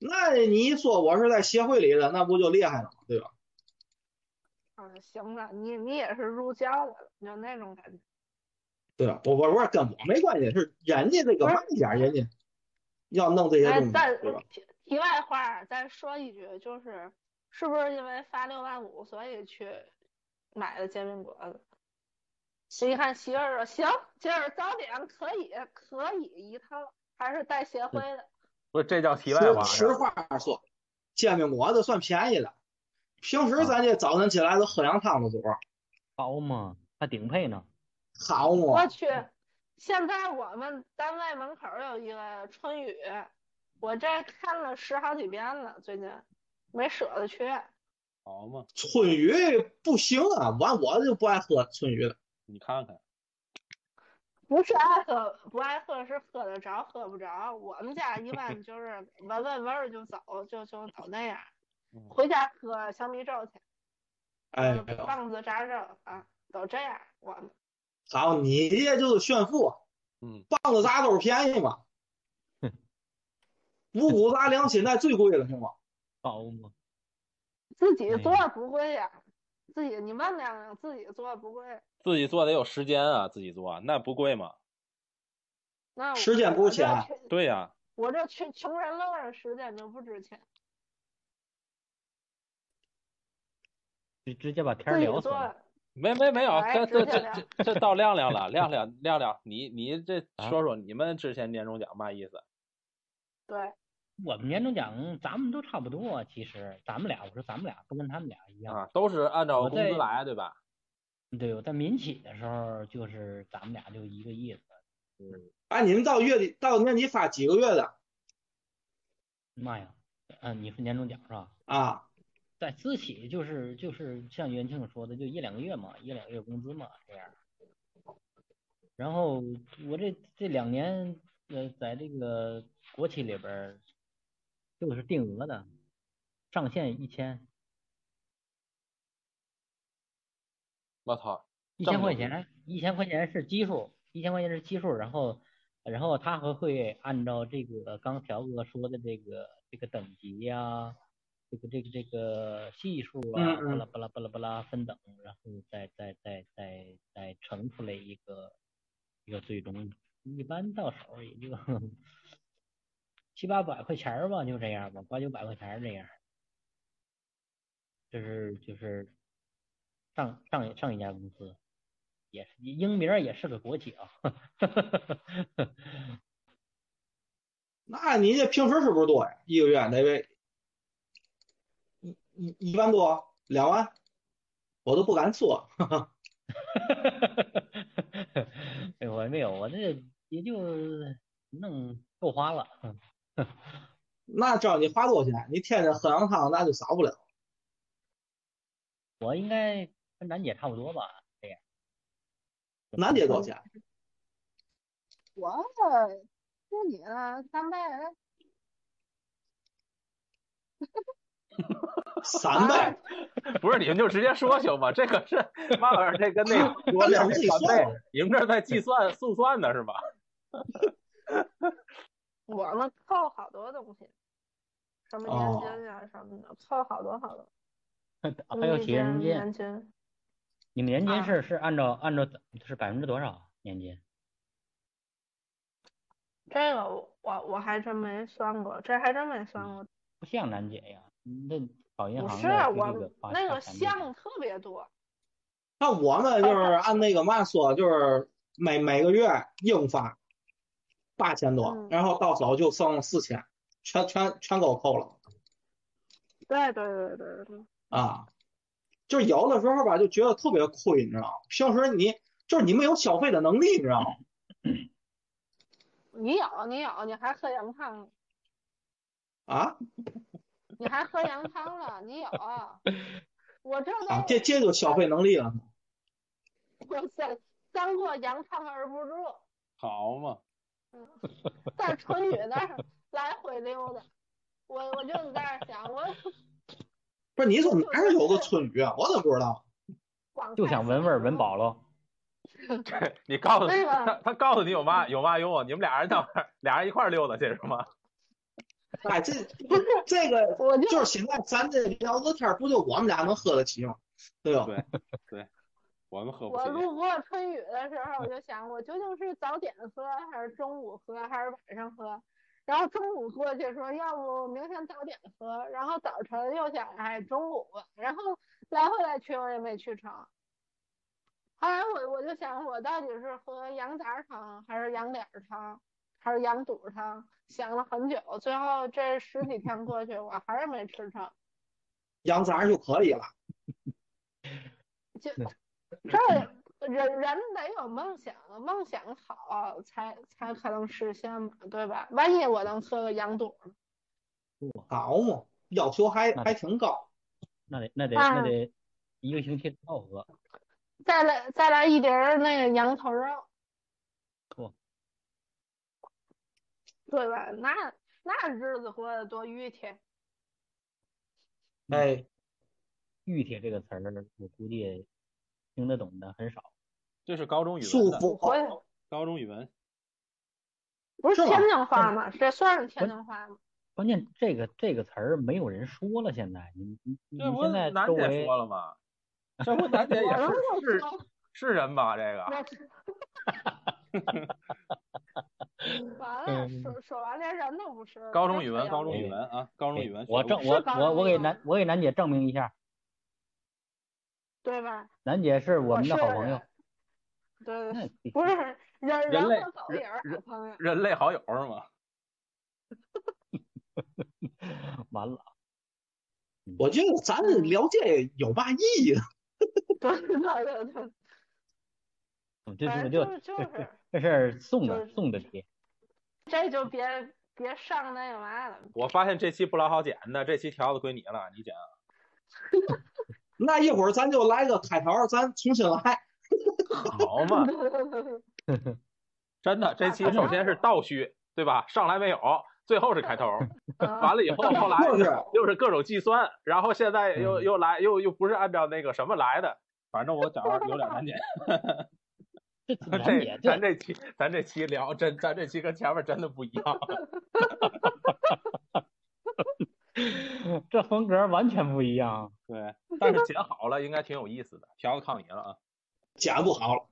S1: 那你一说我是在协会里的，那不就厉害了吗？对吧？
S6: 嗯，行了，你你也是入教的了，就那种感觉。
S1: 对吧？我我我跟我没关系，是人家这个卖家，人家要弄这些
S6: 哎
S1: 东，西，
S6: 但
S1: 对吧？
S6: 题题外话再说一句，就是是不是因为发六万五，所以去买的煎饼果子？谁一看媳妇儿说行，今儿早点可以可以一套，还是带协会的。
S5: 不是，这叫题外话。
S1: 实实话说，煎饼果子算便宜的。平
S5: 啊
S1: 时咱这早晨起来都喝羊汤的主儿，
S2: 好嘛，还顶配呢。
S1: 好嘛。
S6: 我去，现在我们单位门口有一个春雨，我这看了十好几遍了，最近没舍得去。
S5: 好嘛，
S1: 春雨不行啊，完我就不爱喝春雨了。
S5: 你看看，
S6: 不是爱喝不爱喝，是喝得着喝不着。我们家 一般就是闻闻味儿就走，就就走那样
S5: 嗯。
S6: 回家喝小米粥去，
S1: 哎
S6: 就
S1: 呦，
S6: 棒子炸肉啊，都这样。我们
S1: 好，你这就是炫富，
S5: 嗯，
S1: 棒子炸都是便宜嘛。五谷杂粮现在最贵了，行吗？
S2: 好嘛，
S6: 自己做
S2: 哎
S6: 不贵呀、自己你问亮亮，自己做不贵。
S5: 自己做得有时间啊，自己做那不贵吗？
S6: 那我
S1: 时间不是
S6: 我这
S1: 钱
S6: 穷
S5: 对呀、
S6: 我这穷穷人乐的时间就不值钱，
S2: 直直接把天
S6: 自
S2: 儿
S6: 己
S2: 聊死了
S6: 做。
S5: 没没没有，
S6: 哎
S5: 这这
S6: 直接
S5: 这
S6: 聊
S5: 这这 到亮亮了，亮亮亮亮，你你这
S2: 啊
S5: 说说你们之前年终奖嘛意思？
S6: 对，
S2: 我们年终奖，咱们都差不多。其实咱们俩，我说咱们俩不跟他们俩一样。
S5: 啊，都是按照
S2: 我
S5: 工
S2: 在
S5: 资来，对吧？
S2: 对，我在民企的时候，就是咱们俩就一个意思。
S1: 哎，你们到月底到年底发几个月的
S2: 妈呀，嗯，你说年终奖是吧？
S1: 啊？
S2: 在私企就是就是像袁庆说的，就一两个月嘛，一两个月工资嘛这样。然后我这这两年呃，在这个国企里边儿就是定额的，上限一千
S5: 我操，
S2: 一
S5: 这
S2: 千
S5: 么
S2: 块
S5: 牛逼
S2: 钱，一千块钱是基数，一千块钱是基数，然后然后他还会按照这个刚条哥说的这个这个等级呀、这个这个这个系数啊，
S1: 嗯
S2: 巴
S1: 嗯
S2: 拉巴拉巴拉巴拉分等，然后再再再再再乘出来一个一个最终一般到手也就七八百块钱儿吧，就这样吧，八九百块钱儿这样。这是就是上上上一家公司，也是英名儿也是个国企啊。
S1: 那你这平时是不是多呀？一个月得为一一一万多，两万，我都不敢说。
S2: 哎，我没有，我这也就弄够花了。嗯
S1: 那知道你花多少钱？你天天喝羊汤，那就少不了。
S2: 我应该跟楠姐差不多吧，这样。
S1: 楠 姐多少钱？
S6: 我就你了，三百，
S1: 三倍，
S5: 不是你们就直接说行吗？这个 是马老师这跟那个
S1: 我俩
S5: 这
S1: 自己
S5: 团
S1: 算
S5: 队，你们这儿在计算速算呢是吧？
S6: 我们扣好多东西，什么
S1: 哦
S6: 年金啊什么的，扣好多好多。
S2: 啊还有
S6: 一
S2: 企业
S6: 天
S2: 年金，
S6: 年金
S2: 你们年金
S6: 嗯啊
S2: 是是按照按照是百分之多少啊年金？
S6: 这个我我我还真没算过，这还真没算过。
S2: 不像楠姐呀，你这搞嗯银
S6: 不
S2: 行
S6: 是啊
S2: 的
S6: 我
S2: 这个花
S6: 那
S2: 花
S6: 个
S2: 钱
S6: 项
S2: 多
S6: 目特别多，
S1: 那我们就是按那个嘛说，就是每每个月应发八千多
S6: 嗯，
S1: 然后到手就剩四千，全全全给我扣了
S6: 对对对对对，
S1: 啊！就是有的时候吧，就觉得特别亏，你知道吗？平时你就是你没有消费的能力，你知道吗？
S6: 你有你有，你还喝羊汤，
S1: 啊
S6: 你还喝羊汤了，你有，啊我这都
S1: 啊，这这就消费能力了。
S6: 我三三过羊汤而不入，
S5: 好嘛，
S6: 在春雨那 儿来回溜达，我我就在那儿想，我
S1: 不是你说哪儿有个春雨啊？我怎么不知道？
S6: 光
S2: 就
S6: 看
S2: 想
S6: 小
S2: 闻味儿
S6: 时
S2: 闻
S6: 候
S2: 饱喽。
S5: 这你告诉
S6: 对吧
S5: 他，他告诉你有嘛有嘛有啊，你们俩人到那儿俩人一块儿溜达去是吗？
S1: 哎，这不是这个，
S6: 我就
S1: 就是现在咱这聊个天，不就我们俩能喝得起吗？对吧？
S5: 我们喝不
S6: 我
S5: 起，
S6: 路过春雨的时候，我就想，我究竟是早点喝，还是中午喝，还是晚上喝？然后中午过去说，要不明天早点喝，然后早晨又想，哎，中午吧，然后来回来去我也没去成。后来我我就想，我到底是喝羊杂汤，还是羊脸儿汤，还是羊肚汤？想了很久，最后这十几天过去，我还是没吃成。
S1: 羊杂就可以了。
S6: 就
S2: 对
S6: 这
S5: 嗯
S6: 人人得有梦想，梦想好才才可能实现嘛，对吧？万一我能喝个羊肚呢，
S1: 好嘛，要求还
S2: 那得
S1: 还挺高。
S2: 那得那得
S6: 啊
S2: 那得一个星期之后喝，
S6: 再来再来一碟儿那个羊头肉
S2: 嚯，
S6: 对吧？那那日子过得多熨帖，
S2: 嗯
S1: 哎，
S2: 玉铁这个词儿，我估计听得懂的很少。
S5: 这是高中语文
S1: 舒
S5: 的，
S1: 服。
S6: 我也
S5: 高中语文
S6: 不是
S1: 是吧
S6: 天津话吗？这算是天津话吗？
S2: 关键这个这个词儿没有人说了，现在你你你
S5: 这不
S2: 现在
S5: 楠
S2: 周
S5: 姐
S2: 围
S5: 说了吗？ 这不楠姐也
S6: 我如
S5: 是
S6: 果
S5: 是啊
S6: 说
S5: 是人吧？这个
S6: 我 完了，
S2: 嗯
S6: 说说完连人都不是。
S5: 高中语
S6: 太
S5: 文，
S6: 扯
S5: 高
S6: 羊
S5: 中
S6: 肚
S5: 语文啊，高中语
S2: 哎
S5: 文学
S2: 我
S5: 过
S2: 证
S6: 是
S2: 我
S6: 高
S2: 我我给
S6: 中
S2: 楠我给楠姐证明一下，
S6: 对吧？
S2: 楠姐是我们的
S6: 是
S2: 好朋友。
S6: 对对，
S2: 那必须
S6: 不是人人
S5: 人类
S6: 和狗也是好朋友。
S5: 人类好友是吗？
S2: 完了，
S1: 我觉得咱聊这有嘛意义呢？
S6: 对对对对，
S2: 我这
S6: 反
S2: 我
S6: 正
S2: 就
S6: 就是就
S2: 这
S6: 是，
S2: 这事儿送的
S6: 就是
S2: 送 的题，
S6: 这就别别上那个嘛了。
S5: 我发现这期不老好剪的，这期条子归你了，你剪。啊
S1: 那一会儿咱就来个开头，咱重新来。
S5: 好 嘛，
S6: 对对对对
S5: 真的，这期首先是倒叙，对吧？上来没有，最后是 开头，
S6: 啊
S5: 完了以后后来
S1: 就是
S5: 又是各种计算，然后现在又
S2: 嗯
S5: 又来又又不是按照那个什么来的，反正我觉着有点难剪。
S2: 这楠姐这
S5: 这咱这期咱这期聊真，咱这期跟前面真的不一样。
S2: 这风格完全不一 样。
S5: 对，但是剪好了应该挺有意思的，条子抗议了啊。
S1: 剪不好了，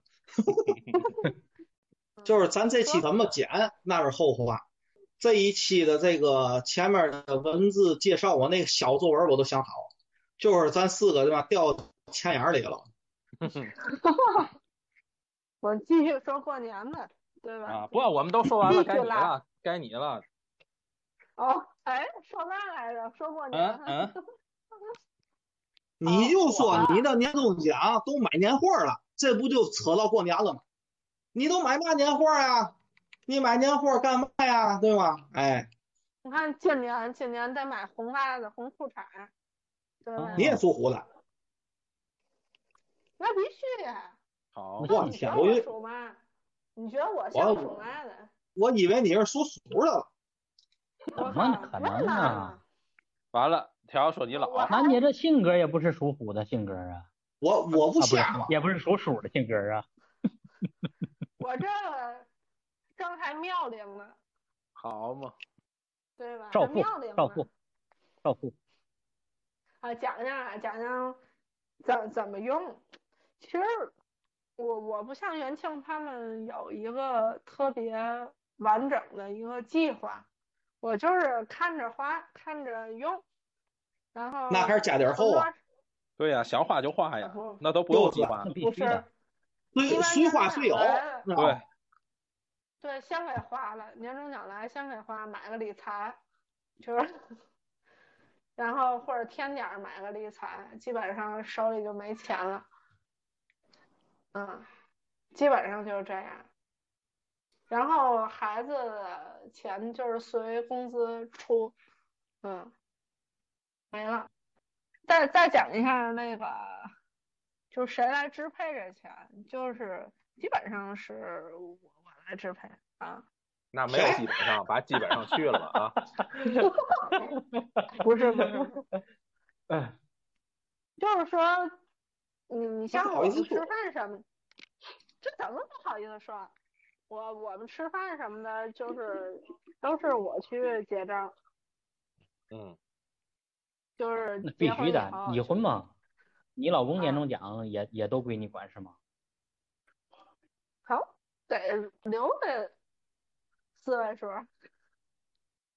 S1: 就是咱这期怎么剪那是后话，这一期的这个前面的文字介绍，我那个小作文我都想好了，就是咱四个对吧掉钱眼儿里了。
S6: 我继续说过年的，对吧？
S5: 啊，不，我们都说完 了，
S6: 继续
S5: 该你
S6: 来
S5: 了，该你了。
S6: 哦，哎，说嘛来着？说过年。
S5: 嗯嗯，
S1: 你就
S6: 啊
S1: 说你的年终奖都买年货了，这不就扯到过年了吗？你都买嘛年货呀？你买年货干嘛呀？对吧？哎，
S6: 你看今年今年得买红袜子、红裤衩，对吧？
S1: 你也属虎的，
S6: 那必须呀！
S5: 好，
S1: 我
S6: 那你觉
S1: 天
S6: 得
S1: 我
S6: 我
S1: 以
S6: 属嘛？你觉得我像
S1: 我
S6: 属嘛的？
S1: 我以为你是属鼠的了。
S6: 我
S2: 怎么
S6: 靠
S2: 可
S6: 那
S2: 能
S6: 哪
S2: 呢
S3: 完了，条说你老
S6: 我
S2: 那你这性格也不是属虎的性格啊，
S1: 我我不
S2: 啊不是
S1: 瞎了，
S2: 也不是属鼠的性格啊。
S6: 我这正还妙龄呢，
S5: 好嘛，
S6: 对吧？
S2: 照
S6: 还
S2: 顾
S6: 妙龄
S2: 照
S6: 呢。
S2: 顾照顾，
S6: 啊，讲讲啊，讲讲怎怎么用。其实我我不像元庆他们有一个特别完整的一个计划，我就是看着花，看着用，然后
S1: 那还是加点儿
S6: 很
S1: 厚
S6: 多
S1: 啊。
S3: 对呀、想画就画
S6: 时
S3: 呀，
S2: 哎
S6: 候
S3: 那都不用
S1: 又
S3: 计
S1: 是
S3: 划
S2: 那。必
S6: 不
S2: 须的
S6: 是。一
S1: 虽
S6: 般
S1: 虽
S6: 年
S1: 花
S6: 终
S1: 虽有，
S6: 奖来
S1: 是吧
S3: 对，
S6: 对，先给花了，年终奖来先给花，买个理财，就是， 然后或者添点儿买个理财，基本上手里就没钱了，嗯，基本上就是这样。然后孩子的钱就是随工资出，嗯，没了。再再讲一下那个，就是谁来支配这钱，就是基本上是我我来支配啊，
S5: 那没有基本上，把基本上去了 吧啊。
S6: 不是不是，
S5: 哎，
S6: 就是说，你你像
S1: 不好
S6: 我
S1: 意
S6: 们
S1: 思
S6: 吃
S1: 说
S6: 饭什么，这怎么不好意思说？我我们吃饭什么的，就是都是我去结账，
S5: 嗯，
S6: 就是
S2: 那必
S6: 结婚
S2: 须
S6: 以
S2: 的，
S6: 后
S2: 已婚嘛，你老公年
S6: 啊
S2: 终奖也也都归你管是吗？
S6: 好，给留个四位数，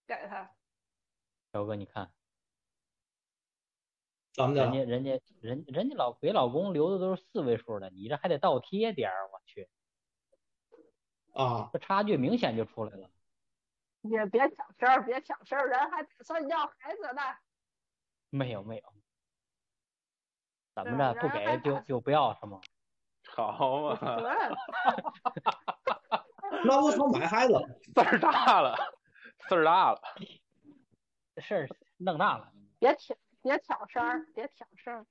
S6: 给他。
S2: 彪哥，你看
S1: 怎么的
S2: 人
S3: 啊
S1: 了？
S2: 家人家人人家老给老公留的都是四位数的，你这还得倒贴点儿，我去，
S1: 啊？
S2: 这差距明显就出来了。
S6: 也别抢事儿，别抢事儿，人还打算要孩子呢。
S2: 没有没有，怎么
S6: 对啊
S2: 着
S6: 人
S2: 不
S6: 家还
S2: 给就
S6: 打
S2: 就不要是吗？
S5: 好嘛，
S6: 对，
S1: 那我成买孩子了，
S5: 字儿大了，字儿大了。
S2: 这事儿弄大了，
S6: 别挑，别挑事儿，别挑事儿。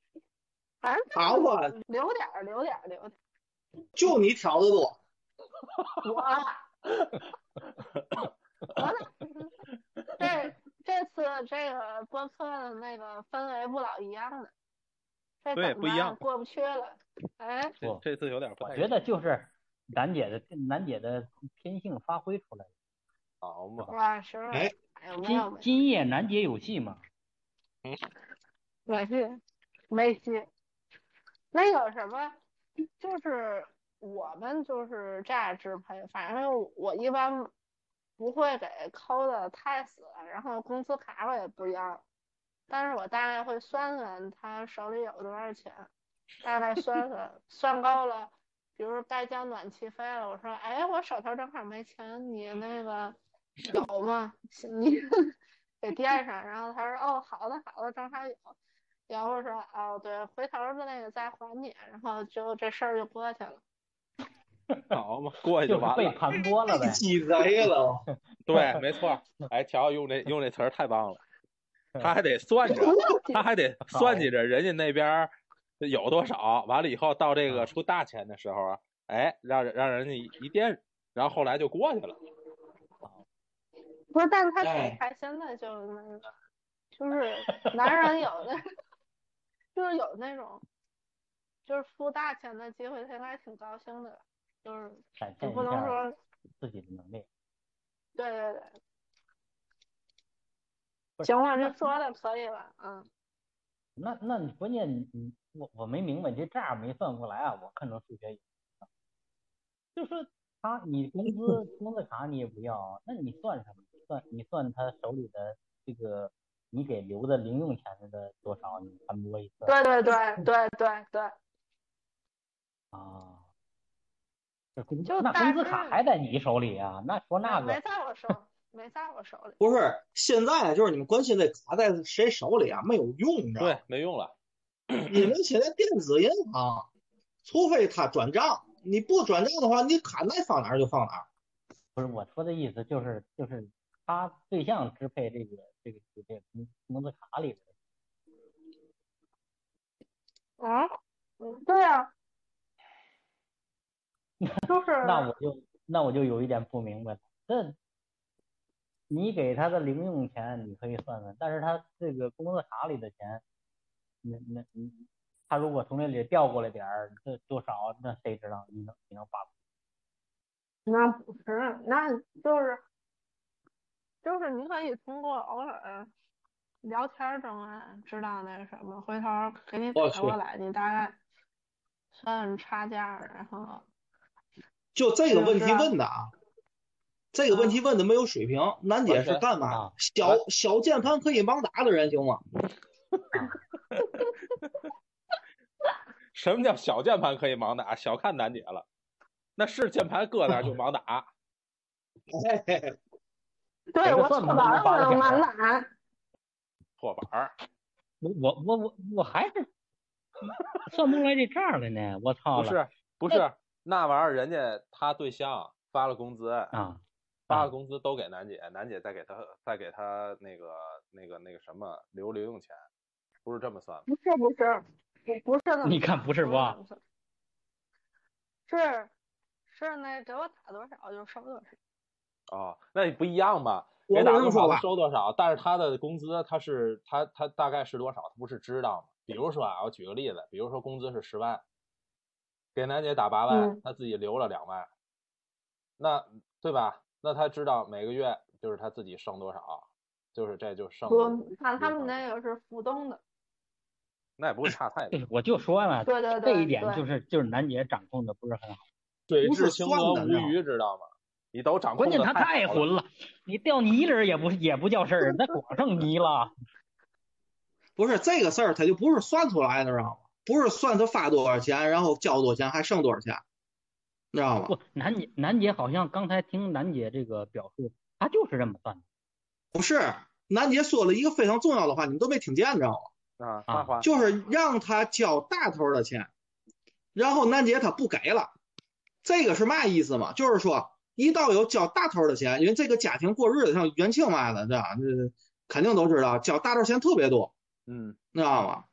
S6: 反正
S1: 好
S6: 就是
S1: 我
S6: 留点儿，留点儿，留点
S1: 就你挑的多。
S6: 儿。我啊，我哪这这次这个播客的那个氛围不老一样的，这
S3: 对
S6: 怎么
S3: 不一
S6: 办
S3: 样
S6: 过不去了。哎，
S1: 啊
S3: 这
S2: 不
S3: 这次有点不
S2: 我
S3: 太
S2: 觉得就是楠姐的楠姐的天性发挥出来了。
S5: 好嘛，
S6: 哇，是不是
S1: 哎
S6: 哎呦，
S2: 今
S6: 没有没有
S2: 今夜楠姐有戏嘛？
S6: 没事，没戏。那个什么，就是我们就是这样支配，反正我一般不会给抠的太死，然后工资卡我也不要，但是我大概会算算他手里有多少钱，大概算算，算够了，比如说该交暖气费了，我说，哎，我手头正好没钱，你那个有吗？你 给垫上，然后他说，哦，好的好的，正好有。然后说哦，对，回头儿的那个再还你，然后就这事儿就过去了。
S3: 好嘛，过去
S2: 就
S3: 就是完
S2: 被
S3: 了。
S2: 盘剥 了呗。
S1: 鸡贼了，
S3: 对，没错。 哎，条用这用这词儿太棒了，
S5: 嗯
S3: 他还得算着，他还得算计着人家那边儿有多少，完了以后到这
S5: 嗯
S3: 个出大钱的时候啊，哎，让人让人家一垫，然后后来就过去了。
S6: 不是，但是他挺
S1: 哎
S6: 开心的，就是那个，就是男人有的，就是有那种，就是付大钱的机会，他应该挺高兴的，就是
S2: 展
S6: 你
S2: 现一
S6: 不能
S2: 下
S6: 说
S2: 自己的能力。
S6: 对对对。
S2: 不是
S6: 行，我这说的可以了，嗯，
S2: 那那你关键你你我我没明白，你这账儿没算过来啊？我可能数学有，就说他你工资工资卡你也不要，那你算什么？你算你算他手里的这个你给留的零用钱的多少？你他摸一算
S6: 对对对对对对，
S2: 啊，这工
S6: 就
S2: 那
S6: 大
S2: 工资卡
S6: 致
S2: 还在你手里啊？那说那
S6: 没
S2: 个
S6: 在我手，没在我手里。
S1: 不是，现在就是你们关心这卡在谁手里啊，没有用，你知道吗
S3: 对，？没用了，
S1: 你们现在电子银行，除非他转账，你不转账的话，你卡那放哪儿就放哪儿。
S2: 不是我说的意思，就是就是他对象支配这个这个这个工工资卡里的
S6: 嗯，嗯对呀、就是
S3: 嗯
S2: 那我就那我就有一点不明白了，这你给他的零用钱你可以算算，但是他这个工资卡里的钱，那那你他如果从这里调过来点儿，这多少那谁知道？你能你能把
S6: 那不是，那就是就是你可以通过偶尔聊天儿中啊，知道那什么，回头儿给你
S1: 我
S6: 打
S1: 去
S6: 过来，你大概算算差价儿，然后
S1: 就这个问题
S6: 是啊
S1: 问的啊，这个问题问的没有水平。楠姐是干嘛
S2: 啊？
S1: 小小键盘可以盲打的人行吗？
S3: 什么叫小键盘可以盲打？小看楠姐了，那是键盘搁那儿就盲打。
S1: 嘿嘿嘿
S6: 对
S2: 这
S6: 我
S2: 算
S6: 错
S2: 不
S6: 板
S2: 能
S6: 儿
S2: 扒
S6: 我
S2: 拉
S6: 能
S2: 点儿
S6: 满打，
S3: 破板 儿，
S2: 我我我我我还是算不出来这账儿来呢，我
S3: 不
S2: 操了
S3: 是不是那玩意儿，人家他对象发了工资，
S2: 啊！
S3: 发了工资都给楠姐，楠姐再给他再给他那个那个那个什么留零用钱，不是这么算的。
S6: 不是不是，不不是那
S2: 你
S6: 么
S2: 看不是
S6: 不
S2: 吧
S3: 嗯
S6: 那么算是是那给我打多少就收多少，
S3: 哦，那也不一样嘛。
S1: 我
S3: 给
S1: 不
S3: 打
S1: 这
S3: 多
S1: 么说
S3: 少他
S1: 吧，
S3: 收多少，但是他的工资他是他他大概是多少，他不是知道吗？比如说啊，我举个例子，比如说工资是十万，给楠姐打八万
S6: 嗯，
S3: 他自己留了两万，那对吧？那他知道每个月就是他自己剩多少，就是这就剩
S6: 我
S3: 了，
S6: 看他们
S3: 嗯
S6: 那个是浮动的，
S3: 那也不会差太多
S2: 对。，我就说嘛，
S6: 对对
S2: 啊这
S6: 对
S2: 一点
S6: 对
S2: 就是就是楠姐掌控的不是很好，
S3: 水
S1: 不是
S3: 至清
S1: 算
S3: 则
S1: 的
S3: 无
S1: 量
S3: 鱼，知道吗？你都掌控
S2: 关键
S3: 的
S2: 他太
S3: 好了，
S2: 混了，你掉泥里儿也不也不叫事儿，那光剩泥了。
S1: 不是这个事儿，他就不是算出来的，知道吗？不是算他发多少钱，然后交多少钱，还剩多少钱，你知道吗？
S2: 不，楠姐，楠姐好像刚才听楠姐这个表述，她就是这么算的
S1: 不是，楠姐说了一个非常重要的话，你们都没听见，知道吗？
S3: 啊，
S2: 啊
S3: 那话
S1: 就是让他交大头的钱，然后楠姐她不给了，这个是嘛意思嘛？就是说，一到有交大头的钱，因为这个家庭过日子像元庆嘛的，这这肯定都知道，交大头钱特别多，
S3: 嗯，
S1: 你知道吗？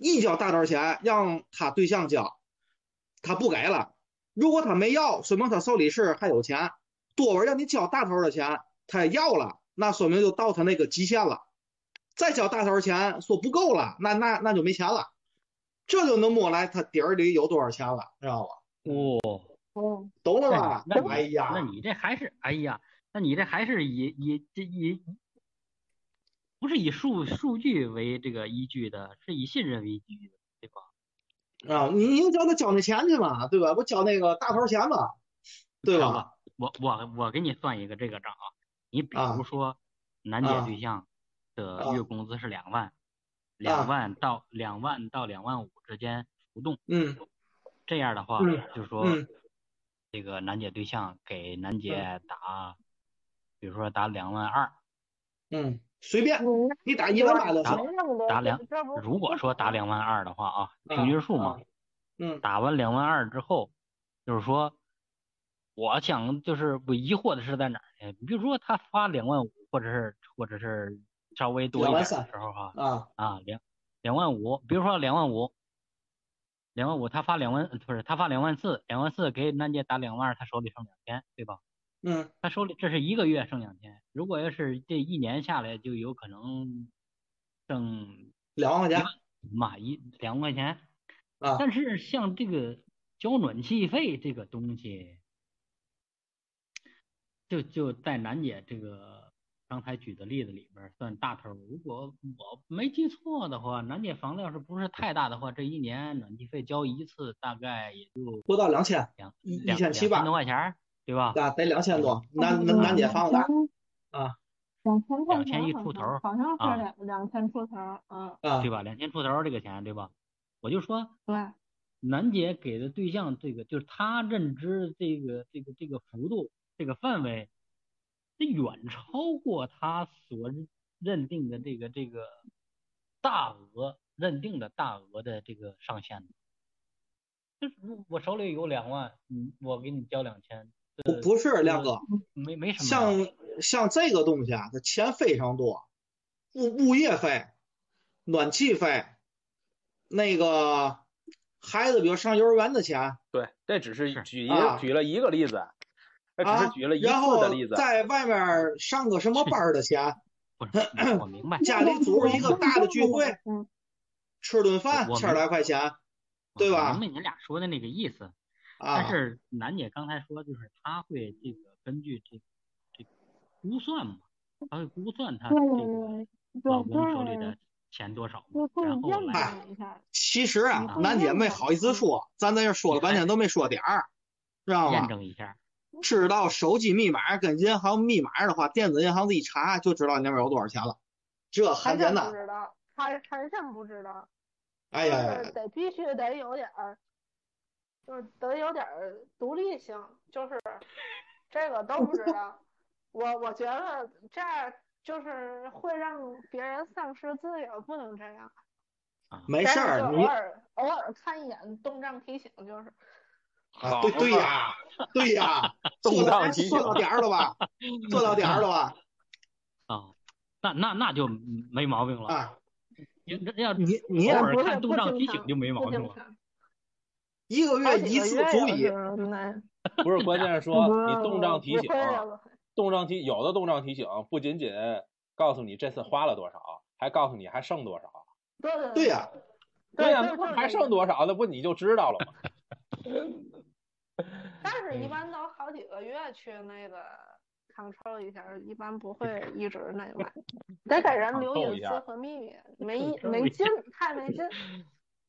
S1: 一交大头钱让他对象交，他不给了，如果他没要，说明他手里是还有钱，多我让你交大头的钱，他也要了，那说明就到他那个极限了。再交大头钱说不够了，那那那就没钱了，这就能摸来他底儿里有多少钱了，知道吧？
S2: 哦，
S6: 嗯，
S1: 懂了
S2: 那
S1: 吧
S2: 那？你
S1: 哎呀
S2: 那，你这还是哎呀，那你这还是以以这以不是以数数据为这个依据的，是以信任为依据的，对吧？
S1: 啊，你你叫他交那钱去嘛，对吧？不交那个大头钱嘛，对啊
S2: 看
S1: 吧？
S2: 吧，我我我给你算一个这个账啊，你比
S1: 啊
S2: 如说楠姐
S1: 啊
S2: 对象的
S1: 啊
S2: 月工资是两万，两
S1: 啊
S2: 万到两万到两万五之间浮动。
S1: 嗯
S2: 这样的话，
S1: 嗯
S2: 就是说
S1: 嗯
S2: 这个楠姐对象给楠姐打，比如说打两万二，
S1: 嗯，随便
S6: 嗯
S1: 你啊打一万八都
S6: 那
S1: 行。
S6: 没那么多
S2: 打两
S6: 这不
S2: 如果说打两万二的话啊，平均数嘛
S1: 啊，嗯
S2: 打完两万二之后，就是说，我想就是我疑惑的是在哪儿呢？比如说他发两万五，或者是或者是稍微多一点的
S1: 23,000
S2: 时候哈、
S1: 啊，
S2: 啊，两两万五，比如说两万五，两万五他发两万不是他发两万四，两万四给楠姐打两万二，他手里剩两千，对吧？
S1: 嗯
S2: 他手里这是一个月剩两千，如果要是这一年下来，就有可能挣
S1: 两万块钱
S2: 嘛一两万块钱。
S1: 啊
S2: 但是像这个交暖气费这个东西，就就在楠姐这个刚才举的例子里边儿算大头儿。如果我没记错的话，楠姐房子要是不是太大的话，这一年暖气费交一次大概也就
S1: 不到两千，
S2: 两
S1: 一
S2: 两
S1: 一千七
S2: 两
S1: 吧
S2: 千多块钱儿对吧？
S1: 啊，得两千多，
S4: 那
S1: 南南南姐房子大啊，
S4: 两千块
S2: 两
S4: 钱
S2: 千一
S4: 好
S2: 出
S4: 像
S2: 头儿
S6: 好像
S2: 啊
S6: 是两两千出头儿，嗯，
S1: 啊
S2: 对，吧？两千出头儿这个钱，对吧？我就说
S6: 对，
S2: 楠姐给的对象，这个就是她认知这个这个这个幅度、这个范围，这远超过她所认定的这个这个大额认定的大额的这个上限的。就是我我手里有两万，嗯，我给你交两千，
S1: 不不是亮哥，
S2: 没没什么呀。
S1: 像像这个东西啊，它钱非常多，物物业费、暖气费，那个孩子比如上幼儿园的钱，
S3: 对，这只是
S2: 是
S3: 举一
S1: 啊
S3: 举了一个例子，这只
S1: 啊
S3: 是举了一
S1: 然
S3: 次
S1: 后
S3: 的例子。啊
S1: 在外面上个什么班儿的钱，，
S2: 不是，我明白
S1: 家里组织一个大的聚会，
S4: 嗯，
S1: 吃顿饭
S2: 我我
S1: 千来块钱啊
S2: 我
S1: 对吧
S2: 明白你俩说的那个意思，但
S1: 啊，
S2: 是楠姐刚才说，就是她会这个根据这个这个估算嘛，她会估算她这
S4: 对对
S2: 个
S4: 对
S2: 老
S4: 对
S2: 公手里
S4: 对
S2: 的钱多少
S4: 对
S2: 嘛，
S4: 会
S2: 然后
S4: 认
S2: 来
S1: 哎
S6: 看一下，
S1: 其实啊
S2: 嗯，
S1: 楠姐没好意思说，咱在这说了半天都没说点儿，知道
S2: 验
S1: 吗？
S2: 证一下。
S1: 知道手机密码跟银行密码的话，电子银行自己查就知道你那边有多少钱了，这
S6: 还
S1: 很
S6: 真
S1: 简单。
S6: 不知道，还还真不知道，
S1: 哎呀呀
S6: 就是
S1: 呀，
S6: 得必须得有点儿，就是得有点儿独立性， 就是这个都不知道。我我觉得这样就是会让别人丧失自由，不能这样。
S1: 没
S6: 但
S1: 事
S6: 是
S1: 儿，
S6: 就
S1: 哎你
S6: 偶尔偶尔看一眼动账提醒就是。
S1: 啊，对对呀，对呀，
S3: 动
S1: 做到
S3: 荡提
S1: 做
S3: 醒
S1: 到点儿了吧？做到点儿了吧？
S2: 啊，那那那就没毛病了。
S1: 啊，
S2: 你这要
S1: 你你也
S2: 偶尔
S6: 不是
S2: 看
S6: 不
S2: 动账
S6: 经
S2: 提醒
S6: 常
S2: 就没
S6: 不
S2: 毛
S6: 经
S2: 病了。
S6: 常
S1: 一个
S6: 好
S1: 月
S6: 几
S1: 一次
S6: 个月
S1: 足
S6: 有
S1: 以
S6: 时。候呢
S3: 不是，关键是
S6: 不
S3: 说
S6: 是
S3: 你动账提醒啊
S6: 不，会有
S3: 动账提有的动账提醒不仅仅告诉你这次花了多少，还告诉你还剩多少。
S6: 对对
S1: 对呀，
S6: 对
S3: 对呀、
S6: 就
S3: 啊
S6: 是
S3: 那不
S6: 这
S3: 还
S6: 个
S3: 剩多少？那不你就知道了吗？
S6: 但是一
S2: 嗯
S6: 般都好几个月去那个 control 一下，一般不 会一直那个买，得给人留
S3: control 一
S6: 隐
S3: 下
S6: 私和秘密，没
S2: control
S6: 没
S2: 一下
S6: 劲，太没劲。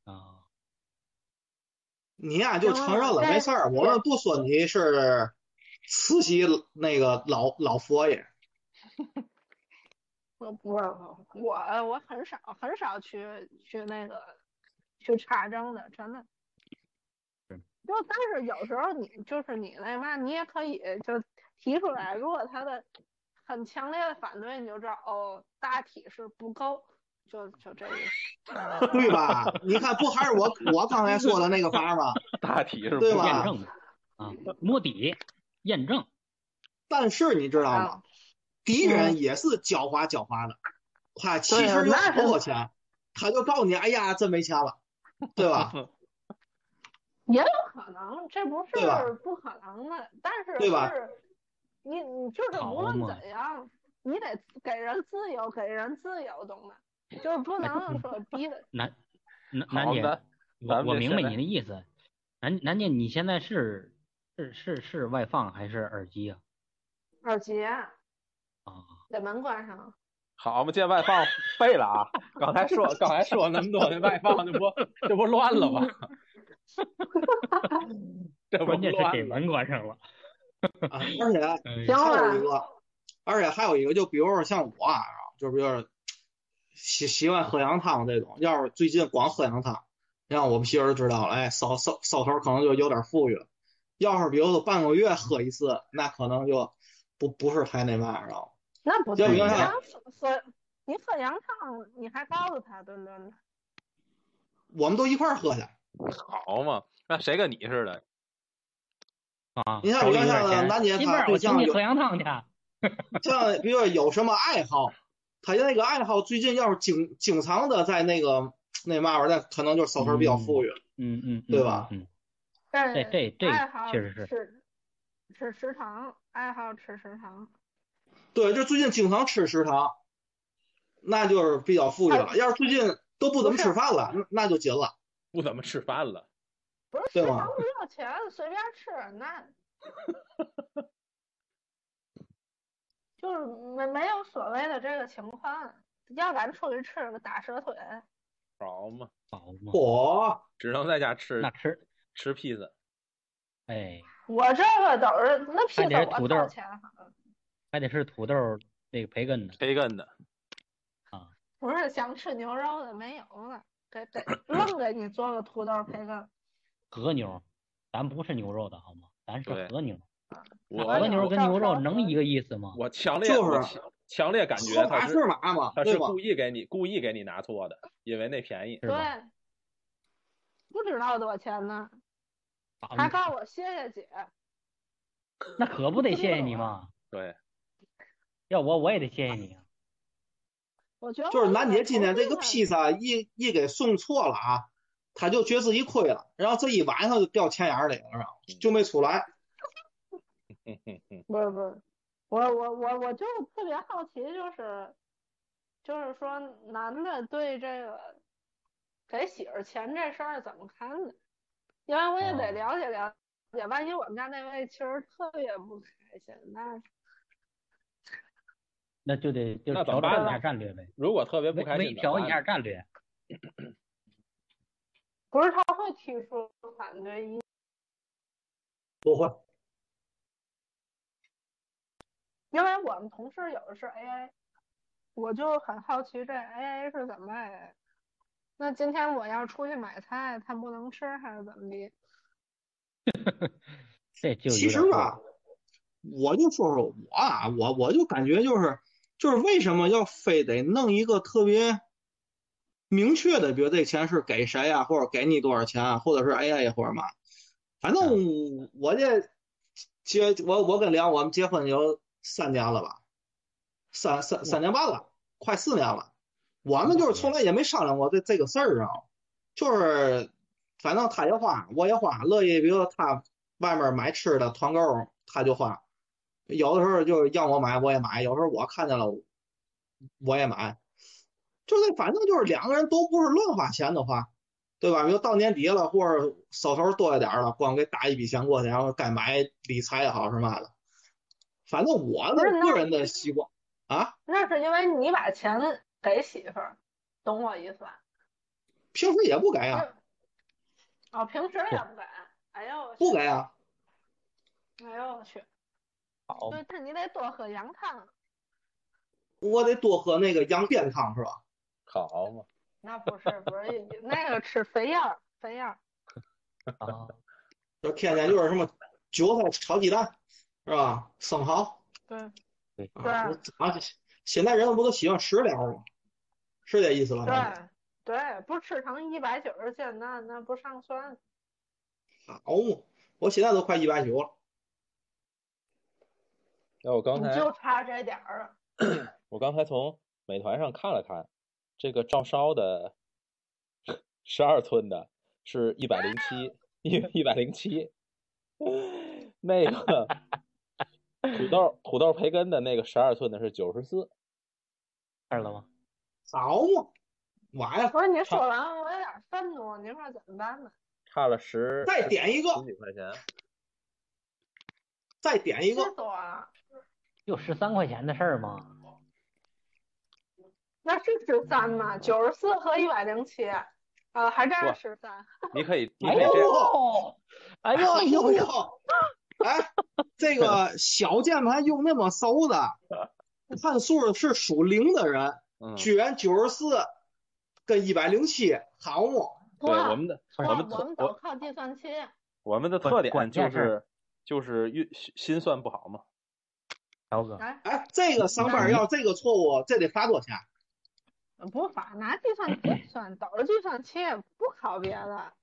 S2: 啊，
S1: 你呀、就承认了，没事儿，我们不说你是慈禧那个老老佛爷，
S6: 我不我我很少很少去去那个去查证的，真的。就但是有时候你就是你那嘛，你也可以就提出来，如果他的很强烈的反对，你就知道哦，大体是不够，就就这意思。
S2: 啊
S1: 对吧？你看不还是我我刚才说的那个法吗？
S3: 大体是
S1: 对
S3: 不
S1: 吧
S2: 验证啊，
S6: 嗯
S2: 摸底验证，
S1: 但是你知道
S6: 啊
S1: 吗？敌
S2: 嗯
S1: 人也是狡猾狡猾的，他其
S2: 啊
S1: 实有
S6: 那是
S1: 多少钱，他就告诉你，哎呀，真没钱了，对吧？
S6: 也有可能，这不
S1: 对吧
S6: 是不可能的，但是
S1: 对
S6: 就
S1: 吧
S6: 是你你就是
S2: 好
S6: 无论
S2: 嘛
S6: 怎样，你得给人自由，给人自由，懂吗？就是不
S2: 哎
S6: 能说逼的。
S2: 楠楠
S3: 好
S2: 楠姐，
S3: 的。咱
S2: 我
S3: 们
S2: 我
S3: 这
S2: 明
S3: 现
S2: 白
S3: 在
S2: 你的意思。楠楠姐，你现在是是是是外放还是耳机啊？
S6: 耳机
S2: 啊，
S6: 把门关上，
S3: 好嘛，这外 放废了啊！刚才说刚才说那么多，那外放这不这不乱了吗？这不
S2: 关键是
S3: 乱
S2: 给
S3: 了。
S2: 门关上了。
S1: 啊，而 且
S2: 哎
S6: 行
S1: 还有一
S6: 了，
S1: 个，而且还有一个，就比如说像我啊，就比如说喜喜欢喝羊汤这种，要是最近光喝羊汤，让我们媳妇儿知道了，哎，嫂嫂嫂头可能就有点富裕了。要是比如说半个月喝一次，那可能就不不是太那嘛了。
S6: 那不
S1: 要
S6: 对
S1: 不然
S6: 呀。喝你喝羊汤，你还告诉他顿顿的，
S1: 我们都一块儿喝去。
S3: 好嘛，那谁跟你似的？
S2: 啊，
S1: 你看
S2: 手
S1: 我
S2: 里有
S1: 刚
S2: 点
S1: 才
S2: 钱
S1: 楠姐
S2: 媳妇
S1: 她
S2: 儿，
S1: 对
S2: 我请
S1: 象
S2: 你
S1: 有
S2: 喝羊汤去。啊
S1: 像比如说有什么爱好，他那个爱好最近要是经经常的在那个那嘛玩意儿，那可能就手头比较富裕。
S2: 嗯嗯，
S1: 对吧
S2: 嗯，
S6: 这
S2: 这这
S6: 爱好
S2: 确实是
S6: 吃吃食堂，爱好吃食堂。
S1: 对，就最近经常吃食堂，那就是比较富裕了。要是最近都不怎么吃饭了，那那就紧了。
S3: 不怎么吃饭了。
S6: 不是
S1: 对
S6: 食
S1: 吧
S6: 堂不要钱，随便吃， 那就是没没有所谓的这个情况。要咱出去吃个打蛇腿，
S3: 好嘛，
S2: 好嘛，
S1: 嚯、
S3: 只能在家吃
S2: 那吃
S3: 吃披萨。
S2: 哎，
S6: 我这个都是
S2: 还
S6: 那批
S2: 得是
S6: 怎么
S2: 土豆
S6: 掏
S2: 儿
S6: 钱好像
S2: 还得是土豆儿那个培根的，
S3: 培根的，
S6: 不是想吃牛肉的没有了，给 给愣给你做个土豆培根，
S2: 和牛，咱不是牛肉的好吗？咱是
S3: 对
S2: 和牛，
S3: 我
S6: 哎
S2: 和
S6: 呀
S2: 牛
S6: 我
S2: 跟
S6: 照
S2: 牛
S6: 烧
S2: 肉
S6: 和
S2: 能一个意思吗？
S3: 我强烈
S1: 就是
S3: 我强强烈感觉
S1: 说
S3: 他
S1: 法
S3: 是
S1: 是马嘛，
S3: 他
S1: 对
S3: 是
S1: 吧？
S3: 故意给你故意给你拿错的，因为那便宜。
S2: 是吧？
S6: 对，不知道多少钱呢，
S2: 啊
S1: 嗯
S6: 还告我谢谢姐，
S2: 那可不得谢谢你嘛，
S3: 对，
S2: 要我我也得谢谢你啊。
S6: 我觉得
S1: 就是
S6: 我
S1: 楠姐
S6: 得
S1: 今天
S6: 重
S1: 这个
S6: 新
S1: 披萨一一给送错了啊，她就觉得自己亏了，然后这一晚上就掉钱眼儿里了，然后就没出来。
S3: 嗯嗯嗯，
S6: 不是不是，我我我我就是特别好奇，就是就是说男的对这个给媳妇儿钱这事儿怎么看的？因为我也得
S2: 哦
S6: 了解了解，万一我们家那位其实特别不开心，那
S2: 那就得就
S3: 那怎么
S2: 调
S3: 办
S2: 整一下
S3: 呢
S2: 战略呗，
S3: 如果特别不
S2: 微
S3: 开
S2: 微
S3: 心，
S2: 调
S3: 怎
S2: 一
S3: 么
S2: 下
S3: 办
S2: 战略。
S6: 不是他会提出反对意见，
S1: 不会，
S6: 因为我们同事有的是 AA，我就很好奇这 AA 是怎么 AA。那今天我要出去买菜，他不能吃还是怎么的？
S2: 这就
S1: 其
S2: 有
S1: 实
S2: 点过
S1: 吧，我就说说我啊，我我就感觉就是就是为什么要非得弄一个特别明确的，比如这钱是给谁啊，或者给你多少钱啊，或者是 AA 或者嘛，反
S2: 嗯
S1: 正我这结我我跟梁我们结婚有三年了吧，三三三年半了，快四年了，我们就是从来也没商量过这这个事儿啊，就是反正他也花，我也花，乐意，比如说他外面买吃的团购，他就花，有的时候就是让我买我也买，有时候我看见了我也买，就是反正就是两个人都不是乱花钱的话，对吧？比如到年底了，或者手头多一点了，光给打一笔钱过去，然后该买理财也好是嘛的，反正我
S6: 不
S1: 的
S6: 是那
S1: 个人的习惯啊，
S6: 那是因为你把钱给媳妇儿，懂我意思吧？
S1: 平时也不给啊，
S6: 哦，平时也不给。哎呦我去，
S1: 不给啊。
S6: 哎呦我去，
S2: 好
S6: 对，但你得多喝羊汤，
S1: 我得多喝那个羊鞭汤是吧？
S5: 好嘛，
S6: 那不是不是那个吃肥燕儿，肥燕儿
S2: 啊，
S1: 就天天就是什么韭菜炒鸡蛋，是吧？生蚝，
S6: 对，
S1: 啊，啊，现在人不都喜欢食疗吗？是这意
S3: 嗯
S1: 思吧？
S6: 对对，不吃成一百九十斤，那那不上算。
S1: 好嘛，啊我现在都快一百九了。
S5: 那我刚
S6: 你
S5: 才
S6: 就差这点儿啊了，
S5: 我刚才从美团上看了看，这个照烧的十二寸的是一百零七，一一百零七，那 个土豆土豆培根的那个十二寸的是九十四，
S2: 看了吗？
S1: 好嘛，完了，
S6: 不是你说完了我有点愤怒，你说怎么办呢？
S5: 差了十
S1: 再点一
S5: 十
S1: 个，
S5: 几块钱。
S1: 再点一
S6: 气
S1: 个，
S6: 死我了！
S2: 就十三块钱的事儿嘛。
S6: 那是十三吗？九十四和一百零七，啊，还
S3: 不
S6: 占十三。
S3: 你可以你
S2: 哎
S3: 可以
S2: 呦
S3: 这样，，
S2: 哎呦
S1: 哎 呦呦，哎，这个小键盘用那么熟的，看数是属零的人，
S3: 嗯，
S1: 居然九十四跟一百零七，好嘛，
S3: 对我们的
S6: 哇
S3: 我们
S6: 我
S3: 特
S6: 们
S3: 我
S6: 都靠计算器。
S3: 我们的
S2: 关
S3: 特点
S2: 关
S3: 就
S2: 键
S3: 是就是运心算不好嘛。
S2: 乔哥，
S6: 哎，
S1: 哎，这个上班要这个错误，这得罚多少钱？
S6: 不法，拿计算器算，都是计算器，不考别的。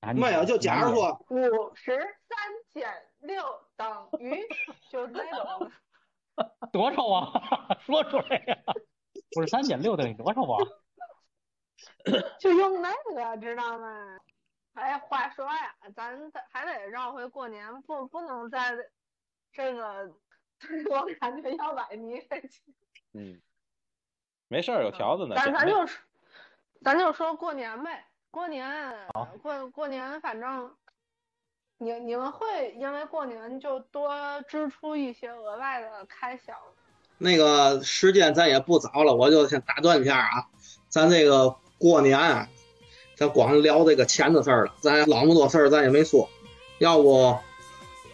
S2: 男
S1: 没有，
S2: 人
S1: 就假如，说，
S6: 五十三减六等于，就那种的。
S2: 男人多少啊？ 说出来呀、不是三减六等于多少啊？
S6: 就用那个，知道吗？哎，话说呀，咱得还得绕回过年，不不能再这个， 我感觉要崴泥这期。
S3: 嗯，没事儿，有条子呢。
S6: 咱
S3: 姐
S6: 咱
S3: 妹
S6: 就说，咱就说过年呗。过年，过过年，反正你你们会因为过年就多支出一些额外的开销。
S1: 那个时间咱也不早了，我就先打断一下啊。咱这个过年啊，咱光聊这个钱的事儿了，咱老么多事儿咱也没说。要不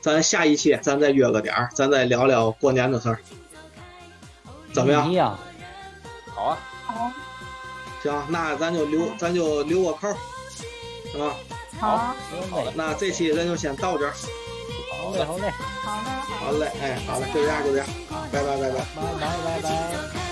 S1: 咱下一期咱再约个点儿，咱再聊聊过年的事儿，怎么样？
S2: 一样，
S5: 好啊，
S4: 好，
S1: 行，那咱就留咱就留个扣儿，啊，
S4: 好，
S2: 好嘞，
S1: 那这期咱就先到这儿，
S2: 好嘞，好嘞，
S4: 好的，好的。
S1: 好嘞，哎，好嘞，就这样，就这样，拜拜，拜拜。
S2: 拜拜拜拜。
S7: 走开。